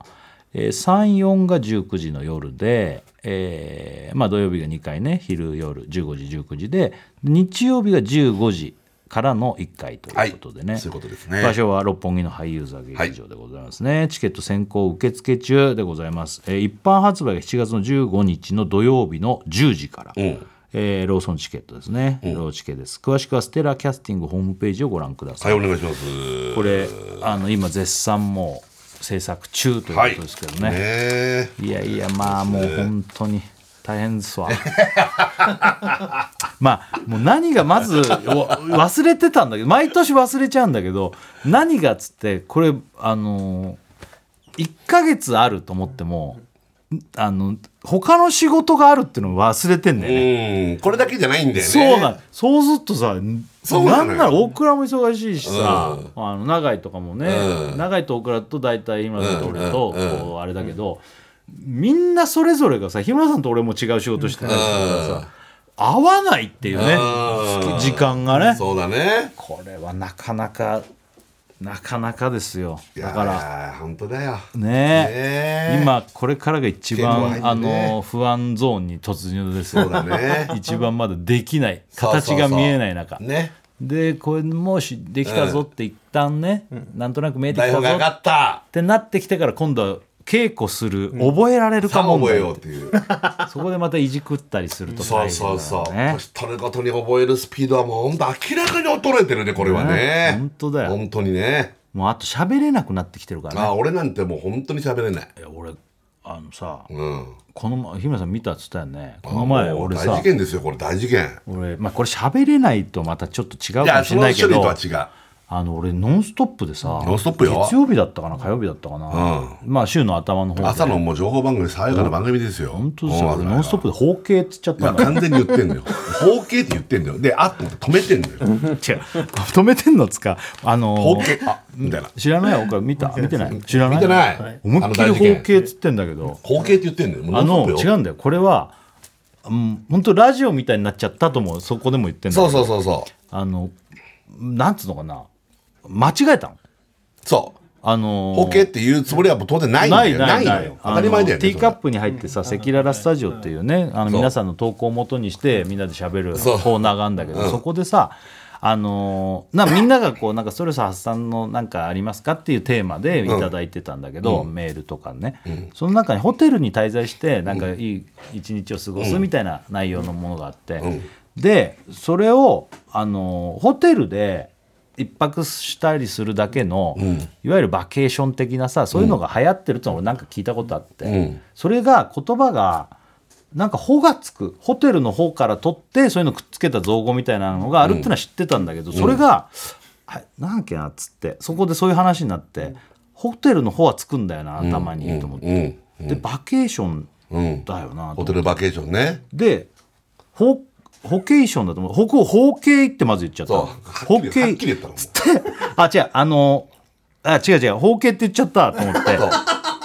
A: えー、34が19時の夜で、えーまあ、土曜日が2回ね昼夜15時19時で日曜日が15時からの1回ということでね、
B: はいそういうことですね
A: 場所は六本木の俳優座劇場でございますね、チケット先行受付中でございます、えー一般発売が7月の15日の土曜日の10時から、
B: ん
A: えーローソンチケットですね、ローチケです詳しくはステラキャスティングホームページをご覧くださ、
B: はいいお願いします
A: これあの今絶賛もう制作中ということですけどね、
B: ねえ
A: いやいやまあもう本当に大変ですわまあもう何がまず わ忘れてたんだけど毎年忘れちゃうんだけど何がっつってこれあの1ヶ月あると思ってもあの他の仕事があるっていうのを忘れてんだよね
B: うんこれだけじゃないんだよね
A: そうなそうするとさ
B: そうな
A: な
B: のよ
A: んなら大倉も忙しいしさ、あの永井とかもね、永井と大倉と大体日村さんと俺と、こうあれだけど、みんなそれぞれがさ日村さんと俺も違う仕事してたりするからさ、合わないっていうね、
B: うん
A: 時間がね
B: そうだね
A: これはなかなかなかなかですよ
B: いや
A: だから
B: ー本当だ よ
A: ね
B: ねえ
A: 今これからが一
B: 手
A: 番、
B: も
A: あ
B: 入ってね
A: の不安ゾーンに突入ですよ
B: そうだね
A: 一番まだできない形が見えない中
B: ね
A: でこれもしできたぞって一旦ね、なんとなく見えてき
B: 台
A: た
B: 本が
A: ぞ
B: 上が
A: っ
B: った
A: てなってきてから今度は稽古する、覚えられる
B: さ
A: か
B: あ
A: 問
B: 覚え
A: 題
B: よう
A: っ
B: ってていう。
A: そこでまたいじくったりすると
B: そ
A: 大
B: う
A: 変だ
B: そ
A: よ
B: うそう。
A: ね
B: 年取るごとに覚えるスピードはもう本当明らかに衰えてるね、これはね。
A: ね本当だよ
B: 本当にね。
A: もうあと喋れなくなってきてるからね
B: あ、俺なんてもう本当に喋れない。
A: いや俺あのさ
B: うん。
A: この前日村さん見たっつったよねこの前
B: もう
A: 俺
B: 大
A: さ
B: 事件ですよ、これ大事件。
A: 俺まあこれ喋れないとまたちょっと違う
B: い
A: か
B: や、
A: もし
B: そ
A: れ
B: の処
A: ないけ
B: 理と
A: ど
B: は違う。
A: あの俺「ノンストップ!」でさ
B: ノンストップよ
A: 月曜日だったかな火曜日だったかな、まあ週の頭の方で
B: 朝のもう情報番組、爽やかな番組ですよ。
A: 本当ですよ
B: もう
A: 俺「ノンストップ!」で包茎っつっちゃった
B: 今
A: んだよ
B: 完全に言ってんのよ。 包茎って言ってんのよ。で、あっと思って止めてんのよ。
A: 違う止めてんのっつかあのー
B: 包茎、あみたいな。
A: 知らない岡見た見てない知らない
B: 見てない
A: 思いっきり包茎っつってんだけど
B: 包茎って言ってんのよ。もう
A: あ
B: ノン
A: の
B: ストッ
A: 違
B: プよ
A: うんだよこれはうん本当ラジオみたいになっちゃったともそこでも言ってんだけ
B: そ
A: ど
B: うそうそうそ
A: あのなんつうのかな間違えたの
B: う。そう。
A: あのー
B: 包茎っていうつもりはもう当然ないん
A: な
B: だ
A: い
B: よ。
A: ない
B: ない
A: な
B: の
A: い
B: よ。当たり前だよね。
A: ティーカッ
B: それ
A: プに入ってさ赤裸々スタジオっていうねあの
B: そう
A: 皆さんの投稿をもとにしてみんなで喋る
B: そう
A: コーナーがあるんだけどそこでさあのーなみんながこうなんかストレス発散のなんかありますかっていうテーマでいただいてたんだけど、メールとかね、その中にホテルに滞在してなんかいい一日を過ごすみたいな内容のものがあって、でそれを、あのーホテルで一泊したりするだけの、いわゆるバケーション的なさそういうのが流行ってるってのを俺なんか聞いたことあって、
B: ん
A: それが言葉がなんか「ほ」がつくホテルの方から取ってそういうのくっつけた造語みたいなのがあるってのは知ってたんだけど、それが「あなんだっけな」っつってそこでそういう話になって「ホテルの方はつくんだよな頭に」と思って、でバケーションだよなと思って
B: ホテルバケーションね。
A: で、ホ、ホケーションだと思う。ホク、ホケイってまず言っちゃったの。
B: そうはっきりはっきり言ったの
A: つって、あ、違う、あの、あ、違う違う、ホケイって言っちゃったと思って。
B: そう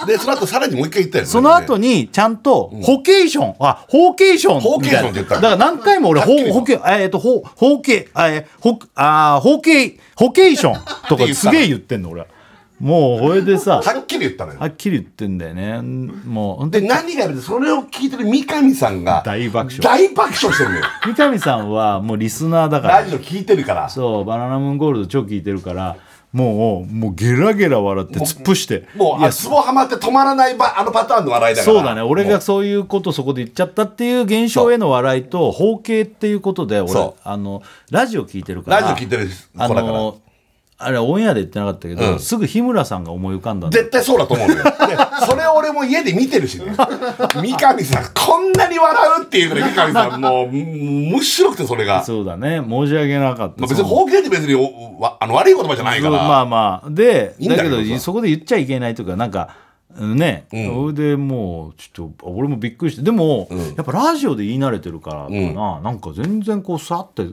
B: で、その後さらにもう一回言ったよね。
A: その後に、ちゃんと、ホケーション、あ、ホケーション。
B: ホケーションって言ったの
A: だから何回も俺、
B: はっきり
A: ホ、ホケ、えっと、ホ、ホケ、え、ホ、あー、ホケイ、ホケーションと
B: って言った
A: か
B: の
A: すげえ言ってんの、俺。もう、これでさ、
B: はっきり言ったのよ
A: は。っきり言ってんだよね。もう、ほんと
B: で、何がやるそれを聞いてる三上さんが
A: 大爆笑
B: 大爆笑してるのよ。
A: 三上さんはもうリスナーだから。
B: ラジオ聞いてるから。
A: そう、バナナムーンゴールド超聞いてるから、もう、もうゲラゲラ笑って突っ伏して。
B: もう、
A: い
B: あ、
A: や、
B: ツ
A: そ
B: ボハマって止まらないばあのパターンの笑いだから。
A: うだね。俺
B: も
A: がそういうことそこで言っちゃったっていう現象への笑いと、包茎っていうことで、俺
B: そ、う
A: あの、ラジオ聞いてる
B: う。
A: から。
B: ラジオ聞いてる子だ
A: あ
B: から。
A: の、あれオンエアで言ってなかったけど、
B: うん
A: すぐ日村さんが思い浮かんだんだよ
B: 絶対そうだと思うのよ。で、それを俺も家で見てるし ね。三上さん、こんなに笑うっていうぐらい三上さん、もう、うん面白くてそれが。
A: そうだね。申し訳なかった。
B: まあ、別
A: そ
B: に
A: の
B: 方形って別におわあの悪い言葉じゃないから。
A: まあまあで
B: いいん
A: だ
B: だ
A: け
B: けど
A: ど
B: さ
A: そこで言っちゃいけないとかなんかうんね、それでもうちょっと俺もびっくりしてでも、やっぱラジオで言い慣れてるからかな、なんか全然こうさって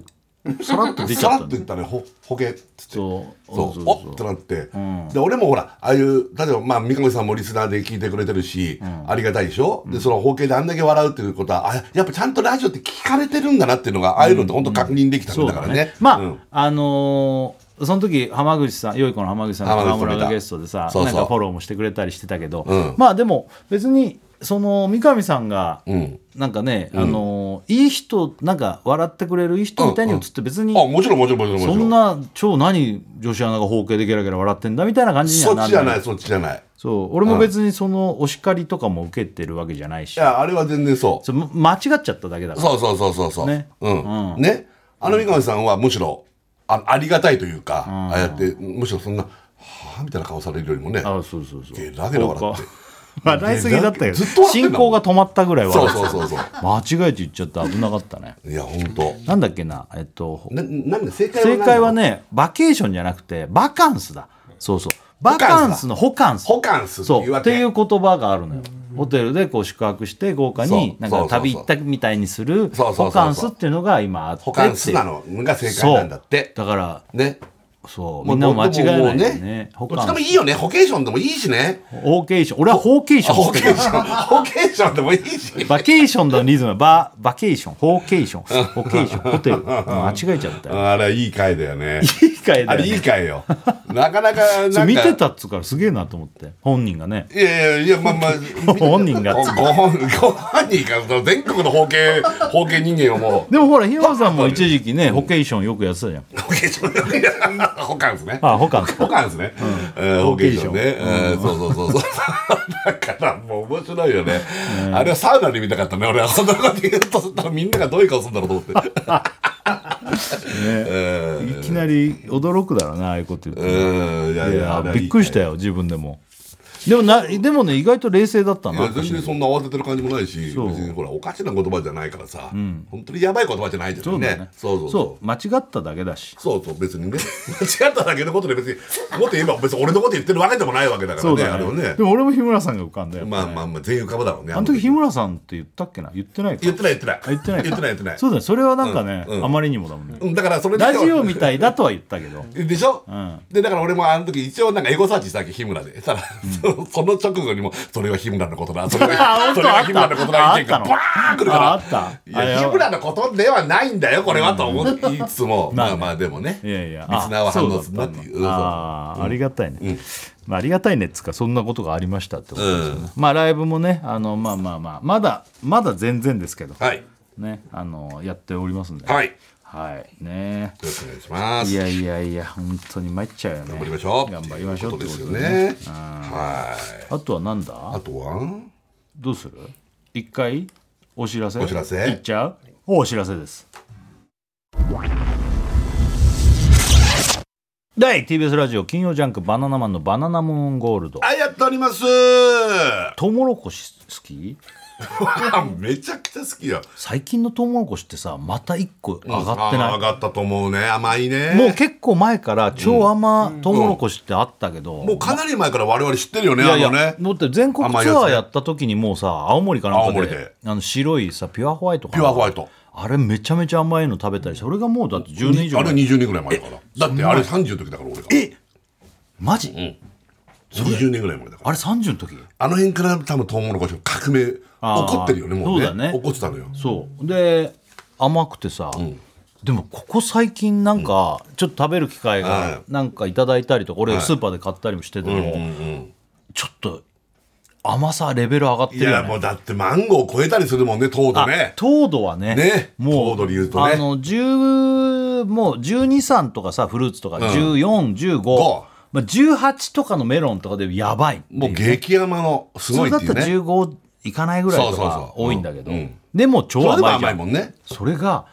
A: さらっと出ち
B: さら
A: ゃっ
B: ったと
A: ん
B: 言ったね、ほ、ほけっつって。
A: そう
B: そう
A: そう
B: おっってなって、で俺もほらああいう例えばまあ三上さんもリスナーで聞いてくれてるし、ありがたいでしょ、でその包茎であんだけ笑うっていうことはあやっぱちゃんとラジオって聞かれてるんだなっていうのが、ああいうのって本当確認できたん
A: そう
B: だか
A: だ
B: ら
A: ね
B: ね
A: まあ、
B: うん
A: あのーその時浜口さん良い子の浜口さん
B: 浜口さ
A: 川
B: ん
A: 村
B: 見
A: が
B: た
A: ゲストでさ
B: そうそう
A: なんかフォローもしてくれたりしてたけど、
B: うん
A: まあでも別にその三上さんが、
B: うん
A: なんかね、あのーいい人なんか笑ってくれるいい人みたいに映って別に、
B: あもちろんもちろんもちろんもちろ
A: そ
B: ん
A: んな超何女子アナが包茎でゲラゲラ笑ってんだみたいな感じに
B: そ
A: は
B: っ
A: な
B: ちじゃ
A: んな
B: ないいそっちじゃない
A: そう俺も別にそのお叱りとかも受けてるわけじゃないし
B: いやあれは全然そう
A: そうま間違っちゃっただけだから
B: そうそうそうそうそう。
A: ね
B: うん。ね。あの三上さんはむしろ、あありがたいというか、ああやって、むしろそんな、はぁみたいな顔されるよりもね、
A: あそうそうそう
B: ゲラゲラ笑って
A: そうか笑いすぎだったけど
B: ずっと笑ってん
A: 進
B: だもん
A: 行が止まったぐらい笑
B: そう
A: ってた
B: そうそうそう。
A: 間違えて言っちゃって危なかったね
B: いや、ほんと。
A: なんだっけなえっと
B: な、なんで正解は
A: 正
B: 何
A: 解は、ねバケーションじゃなくてバカンスだそうそうバカンスのホカンス
B: ホカンスって
A: そ
B: いう
A: う
B: わ
A: っ
B: け。
A: ていう言葉があるのよホテルでこう宿泊して豪華に
B: そう
A: なん
B: そ
A: か
B: うそうそう
A: 旅行ったみたいにする
B: そうそうそうそう
A: ホカンスっていうのが今あって
B: ホカンスなのが正解なんだって。
A: だから
B: ね。
A: そ
B: も
A: うみ
B: うん
A: なも間違えないよ
B: もう
A: ねホ
B: ど
A: カ
B: っちで
A: ン
B: も
A: ス
B: いいよね。ホケーションでもいいしね。
A: ホーケーション俺はホーケーション
B: ホケーション、ホケーションでもいい し。
A: バケーションのリズムはババケーションホーケーションホーケーションホテル間違えちゃったよ
B: あれはいい回だよね。
A: いい回
B: あ
A: だよ
B: れいい
A: ね
B: 回よ。なかなか、なん
A: そ
B: か。
A: う見てたっつうからすげえなと思って本人が ね
B: いやいやいや、まあ まあ、
A: 本人が
B: ごご本ご本人が全国の包 茎包茎人間をも
A: でもほら日村さんも一時期ねホケーションよくやってたじゃん
B: う包茎少年保管ですね。
A: あ保管
B: 保管ですね。えー保健所ね。えーそうそうそうそう。だからもう面白いよね。あれはサウナで見たかったね。俺はそんなこと言うとそしたらみんながどういう顔するんだろうと思って。え
A: いきなり驚くだろうなああいうこと言って
B: うんいやい
A: い
B: や
A: や
B: あれはいい
A: びっくりしたよ自分でもでもなでもね意外と冷静だった
B: い
A: な
B: や全然そんな慌ててる感じもないし別
A: う
B: にほらおかしな言葉じゃないからさ、本当にやばい言葉じゃないじゃ
A: そ
B: ん
A: うだよね
B: ねそうそう
A: そ
B: そう
A: 間違っただけだし
B: そうそう別にね間違っただけのことで別にもっと言えば別に俺のこと言ってるわけでもないわけだから
A: そう
B: ね
A: だ
B: あれはね
A: ねでも俺も日村さんが浮かんだよ
B: まあまあまあ全員浮かぶだろうね
A: あの時日村さんって言ったっけな言ってないか
B: 言ってない言ってない
A: あ言ってないか
B: 言ってない言ってない
A: そうだねそれはなんかね
B: うんうん
A: あまりにもだもんね
B: うんだからそれ
A: ラジオ
B: み
A: みたいだとは言ったけど
B: でしょ、
A: ん
B: でだから俺もあの時一応なんかエゴサーチしたわけ日村でしたら、その直後にも「それは日村のこと だ」それは
A: あ本当
B: それは日村のことだ」
A: あ
B: 意
A: っ
B: 見が
A: た
B: バ
A: の
B: ーン来るから
A: ああった
B: い
A: あれ
B: や
A: は
B: 日村のことではないんだよこれはと思いつつも、まあまあでもね
A: いやいや
B: リスナーは反応するな
A: あ
B: っていう
A: そうだったんだあーありがたいね、まあ、ありがたいねっつうかそんなことがありましたってことですよね、まあライブもねあのまあまあまあまだまだ全然ですけど、
B: はいよ
A: ねあのやっておりますんでは、
B: はいいよ
A: ね
B: ろしくお願いします
A: いやいやいや本当に参っちゃうよね
B: 頑張りましょう
A: 頑張りましょう
B: っていうことですよ
A: って
B: ねはい
A: ことであとはなん
B: あ
A: だ
B: とは
A: どうする一回お知らせ
B: お知らせ
A: いっちゃうお知らせです第 TBS ラジオ金曜ジャンク「バナナマンのバナナムーンゴールド」
B: あやっております
A: トウモロコシ好き
B: めちゃくちゃ好きよ
A: 最近のトウモロコシってさまた一個上がって
B: あー上
A: な
B: がったと思うね甘いね
A: いもう結構前から超甘トウモロコシってあったけど、
B: もうかなり前から我々知ってるよね、
A: いやい
B: あ
A: や、
B: のね。
A: だって全国ツアーやった時にもうさ青森かなんかで
B: 青森で
A: あの白いさピュアホワイトか
B: ピ
A: な
B: ュアホワイト。
A: あれめちゃめちゃ甘いの食べたりしてそれがもうだって10年以上
B: あれ
A: 前
B: 20年ぐらい前だから。だってあれ30の時だから俺が。え
A: マジ、
B: ?20 年ぐらい前だか
A: あ
B: ら。
A: れ30の時
B: あの辺から多分トウモロコシの革命、
A: あー
B: 怒ってるよね、もうね。
A: そうだね
B: 怒ってたのよ。
A: そうで甘くてさ、でもここ最近なんかちょっと食べる機会
B: は
A: がなんかいただいたりとか俺スーパーで買ったりもしてても、ちょっと甘さレベル上がって
B: い
A: るよ
B: や、
A: ね
B: もうだってマンゴー超えたりするもんね、糖度ね。
A: 糖度はね
B: ね
A: もう
B: 糖度で言うとね
A: あの10もう123とかさフルーツとか、1415、
B: 5
A: まあ、18とかのメロンとかでやばいっていう
B: もう激甘の、すご
A: 普通
B: い
A: だ
B: っ
A: って
B: いう
A: たら
B: ね。
A: 15いかないぐらいと
B: そうそうそ
A: か
B: ううん
A: 多いんだけど、
B: うん
A: でも超
B: それでも
A: 甘いじ
B: 甘
A: ゃ
B: い
A: ん
B: もんね。
A: それが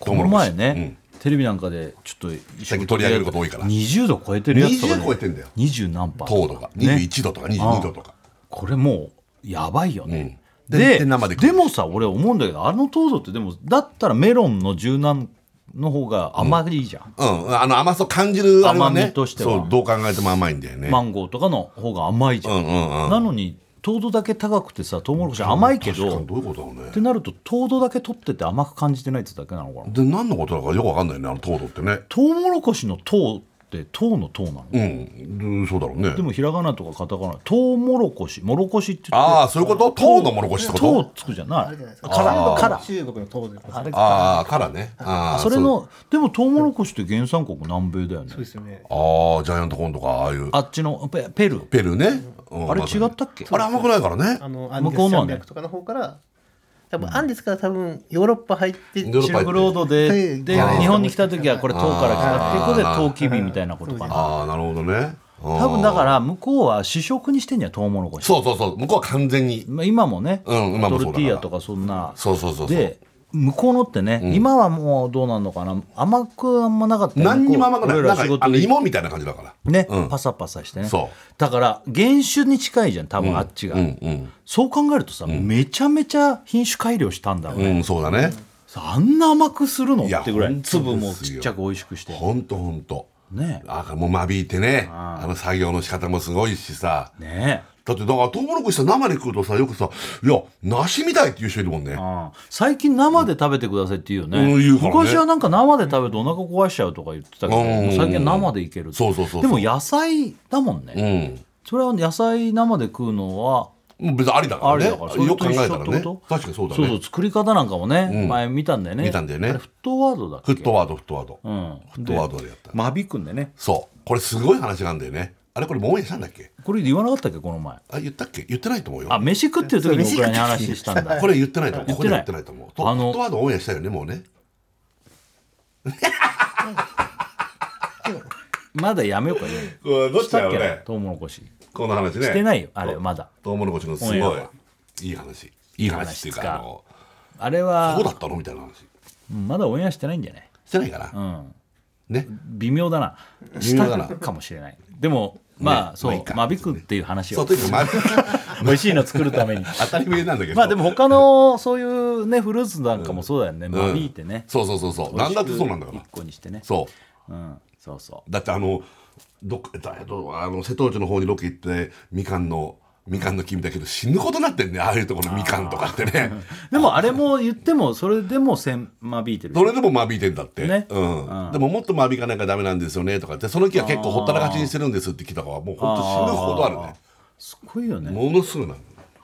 A: この前ね、テレビなんかでちょっと
B: 最近取り上げること多いから
A: 20度超えてるやつとか、
B: 20超えてんだよ。
A: 20何パー
B: 糖度が。
A: ね、
B: 21度とか22度とか。
A: これもうやばいよね、
B: うん
A: で
B: で
A: で
B: 生で食う
A: もさ俺思うんだけどあの糖度ってでもだったらメロンの柔軟の方が甘いじゃん、
B: うん。あの甘さを感じるあれは
A: 甘
B: ね
A: み。としては
B: そう、どう考えても甘いんだよね。
A: マンゴーとかの方が甘いじゃん、
B: うんうんうん。
A: なのに糖度だけ高くてさトウモロコシ甘いけ
B: 確か
A: ど
B: にどういうことだろうね
A: っ。てなると糖度だけ取ってて甘く感じてないってだけなのかな
B: で何のことだかよくわかんないねあの糖度ってね
A: トウモロコシの糖って糖の糖なの、
B: うんでそうだろうね
A: でもひらがなとかカタカナトウモロコシもろこしって言って
B: ああそういうこと糖のもろこしってこ
A: 糖
B: と
A: つくじゃない
C: あれじゃないですか
A: カラカラ
D: 中国の東部とか
A: あれ
B: ああからねああ
A: それのでもトウモロコシって原産国南米だよね
D: そうですよね。
B: そうああジャイアントコーンとかああいう
A: あっちのペペルー
B: ペルーね、うん
A: あれ
B: まさ
A: 違
B: に
A: ったっけ
B: あれ甘くないからね
D: あのアン
A: 向
D: デ
A: こう
D: ス
A: の
D: 山
A: はね
D: 脈とかの方から、多分アンデスから多分ヨーロッパ入って
B: ヨーロッ
A: シルクロードで
D: はい
A: で
D: はい
A: 日本に来た時はこれ唐から来たっていうことで唐キビみたいなことかな
B: ああなるほどねうん
A: 多分だから向こうは主食にしてんじゃんトウモロコシ
B: そうそうそう向こうは完全に
A: まあ今もね、
B: うん今も
A: ト
B: そうだから
A: ルティーヤとかそんな
B: そうそうそうそう
A: で向こうのってね、今はもうどうなんのかな甘くあんまなかったよね
B: 何にも甘くない
A: こう俺
B: な
A: ら
B: んか
A: 仕
B: あ
A: 事
B: の
A: で
B: 芋みたいな感じだから
A: ね、
B: うん
A: パサパサしてね
B: そう
A: だから原種に近いじゃん多分あっちが、
B: うんうん
A: そう考えるとさ、めちゃめちゃ品種改良したんだろうね、
B: うんそうだね
A: さあんな甘くするの
B: いや
A: ってぐらい
B: 本当ですよ
A: 粒もちっちゃく美味しくして
B: ほんとほんと
A: ね
B: あもう間引いてねあの作業の仕方もすごいしさ
A: ねえ
B: だってだからトウモロコシさ生で食うとさよくさ「いや梨みたい」って言う人いるもんね
A: ああ最近生で食べてくださいって言うよね,、
B: うん言うからね
A: 昔はなんか生で食べてお腹壊しちゃうとか言ってたけど、
B: うん
A: もう最近は生でいけるって
B: そうそうそうそう
A: でも野菜だもんね、
B: うん
A: それは野菜生で食うのは
B: もう別にありだか
A: あ
B: ら
A: れ
B: ね
A: だから、それ
B: よ
A: と
B: く考え
A: 一緒
B: た
A: っ
B: ら
A: て
B: ね
A: こと
B: 確かにそうだ
A: そうそ
B: ね
A: う作り方なんかもね、
B: うん
A: 前見たんだよね
B: 見たんだよね
A: あれフットワードだっ
B: フ
A: け
B: ットワードフットワード
A: うん
B: フットワードでやった
A: 間引くんでね
B: そうこれすごい話なんだよねあれこれもうオンエアしたんだっけ
A: これ言わなかったっけこの前
B: あ言ったっけ言ってないと思うよ
A: あ飯食ってる時に僕らに話したんだ
B: これ言ってないと思う
A: 言
B: こ
A: っ
B: こで
A: てな
B: 言
A: い
B: ってないと思う
A: あ
B: と
A: の
B: フットワードオンエアしたよねもうね
A: まだやめようかね
B: これどっ
A: し
B: ちだ
A: た
B: ろ
A: っ
B: う
A: けな
B: ね
A: トウモロコシ
B: この話ね
A: してないよあれまだ
B: トウモロコシのすご
A: オン
B: い
A: エアはい
B: い話いい話っていうかあの
A: あれは
B: そうだったのみたいな話
A: うんまだオンエアしてないんじゃない
B: してないかな、
A: うん
B: ね
A: 微妙だな
B: 微妙だな
A: したかもしれないでもまあそ
B: まあいういか
A: 間引くっていう話
B: そ
A: を
B: うとにかくまあ
A: 美味しいの作るために
B: 当たり前なんだけど
A: まあでも他のそういうねフルーツなんかもそうだよね間引いてね
B: そうそうそうそうなんだってそうなんだから
A: 一個にしてね
B: そう
A: うんそうそ
B: だってあのどっかだえっとあの瀬戸内の方にロケ行ってみかんのみかんの木見たけど死ぬことになってんねああいうところのみかんとかってね
A: うでもあれも言ってもそれでも千間引いてる
B: それでも間引いてんだって、
A: ね
B: うん
A: うん
B: でももっと間引かなきゃダメなんですよねとかってその木は結構ほったらかしにしてるんですって来たからもうほんと死ぬほどあるね
A: すごいよね
B: ものすごいな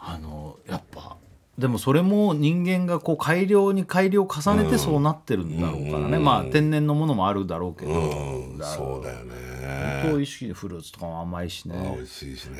A: あのやっぱでもそれも人間がこう改良に改良を重ねてそうなってるんだろうからね、まあ天然のものもあるだろうけど、
B: うん
A: だ
B: そうだよね
A: 本当意識フルーツとかも甘いしね
B: 美味しいしね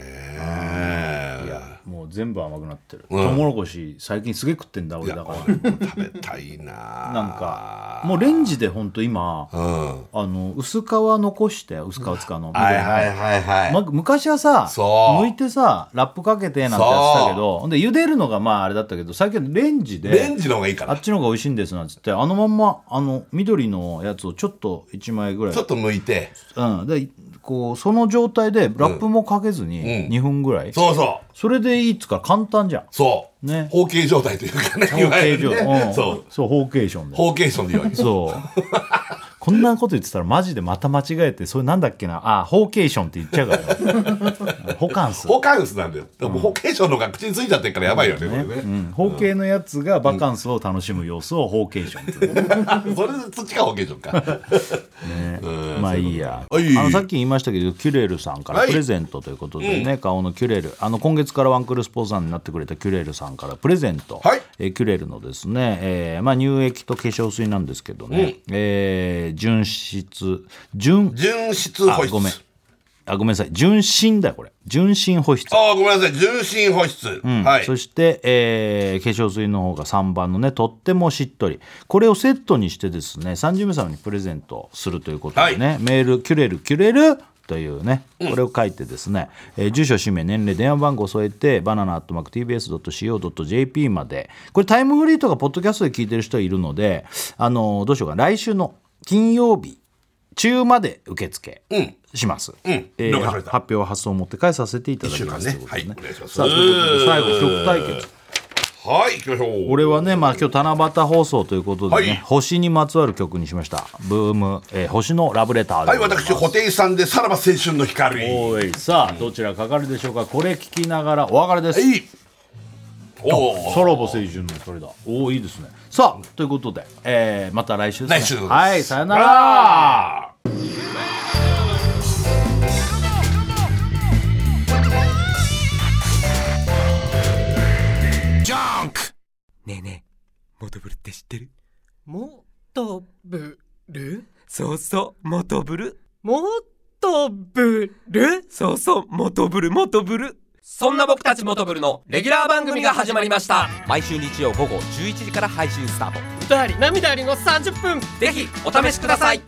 A: い
B: い
A: や
B: や
A: もう全部甘くなってる、
B: うん
A: トウモロコシ最近すげえ食ってんだ俺だ
B: こ
A: か
B: れも食べたいな
A: ら
B: な
A: なんかもうレンジで本当今
B: うんは
A: あの薄皮残して薄皮使うの、
B: いはいはいはい、
A: ま昔はさ
B: そう
A: 剥いてさラップかけてなんてやってたけどほんで茹でるのがまああれだったけど最近レンジで
B: レンジの方がいいか
A: あ
B: な
A: っちの方が美味しいんですなんつってあのまんまあの緑のやつをちょっと1枚ぐらい
B: ちょっと抜いて
A: うん、でこうその状態でラップもかけずに
B: うん
A: 2分ぐらい、
B: そうそう
A: それでいいっつうから簡単じゃん
B: そう、
A: ね
B: 包茎状態というかねい
A: 方
B: わゆ
A: 形
B: る
A: 状、
B: ね
A: うん
B: そう
A: そう方形ションで
B: 包茎症で言われる
A: そうこんなこと言ってたらマジでまた間違えてそれなんだっけなあ方形ションって言っちゃうから ね保管する
B: 保管数なんだよでも保険証の方が口についちゃってるからやばいよねこれ
A: う
B: ね、
A: ん、方形のやつがバカンスを楽しむ様子を方形ションって言 う
B: それでそっちが保険証 かうん
A: まあいいや。あ
B: そういうことはい
A: のさっき言いましたけど、キュレルさんから
B: はい
A: プレゼントということでね、顔のキュレル、あの今月からワンクールスポーツさんになってくれたキュレルさんからプレゼント、
B: はい
A: えーキュレルのですね、えーまあ乳液と化粧水なんですけどね、えー純質純
B: 純質保
A: あ
B: 湿
A: ごめんあごめんなさい、純真だよこれ、純真保湿。
B: ああごめんなさい純真保湿、はい
A: そして、えー化粧水の方が3番のねとってもしっとりこれをセットにしてですね30名様にプレゼントするということでね、メール「キュレルキュレル」というねこれを書いてですね、えー住所氏名年齢電話番号を添えてバナナアットマーク TBS.CO.jp までこれタイムフリーとかポッドキャストで聞いてる人いるのであのーどうしようか来週の金曜日中まで受付します、
B: ん
A: えー
B: 了解しました
A: は発表発送を持って帰させていただきます
B: 一週間ね
A: とい
B: はいお願
A: うことで
B: いします
A: さあということで最後曲対決
B: はい行きましょう
A: 俺はね、まあ、今日七夕放送ということでね、
B: はい
A: 星にまつわる曲にしましたブーム、えー星のラブレター
B: は
A: で
B: い
A: ございます
B: 私布袋さんでさらば青春の光はい
A: おーいさあどちらかかるでしょうかこれ聞きながらお別れです、
B: お
A: さ
B: お
A: らば青春の光だおおいいですねさあということで、えーまた来週です、ね、
B: 来週でございます
A: はいさよなら
F: ねえねえ、モトブルって知ってる
G: もっとぶる
F: そうそう、モトブル。
G: もっとぶる
F: そうそう、モトブル、モトブル。そんな僕たちモトブルのレギュラー番組が始まりました。毎週日曜午後11時から配信スタート。
G: 歌あり涙ありの30分
F: ぜひ、お試しください。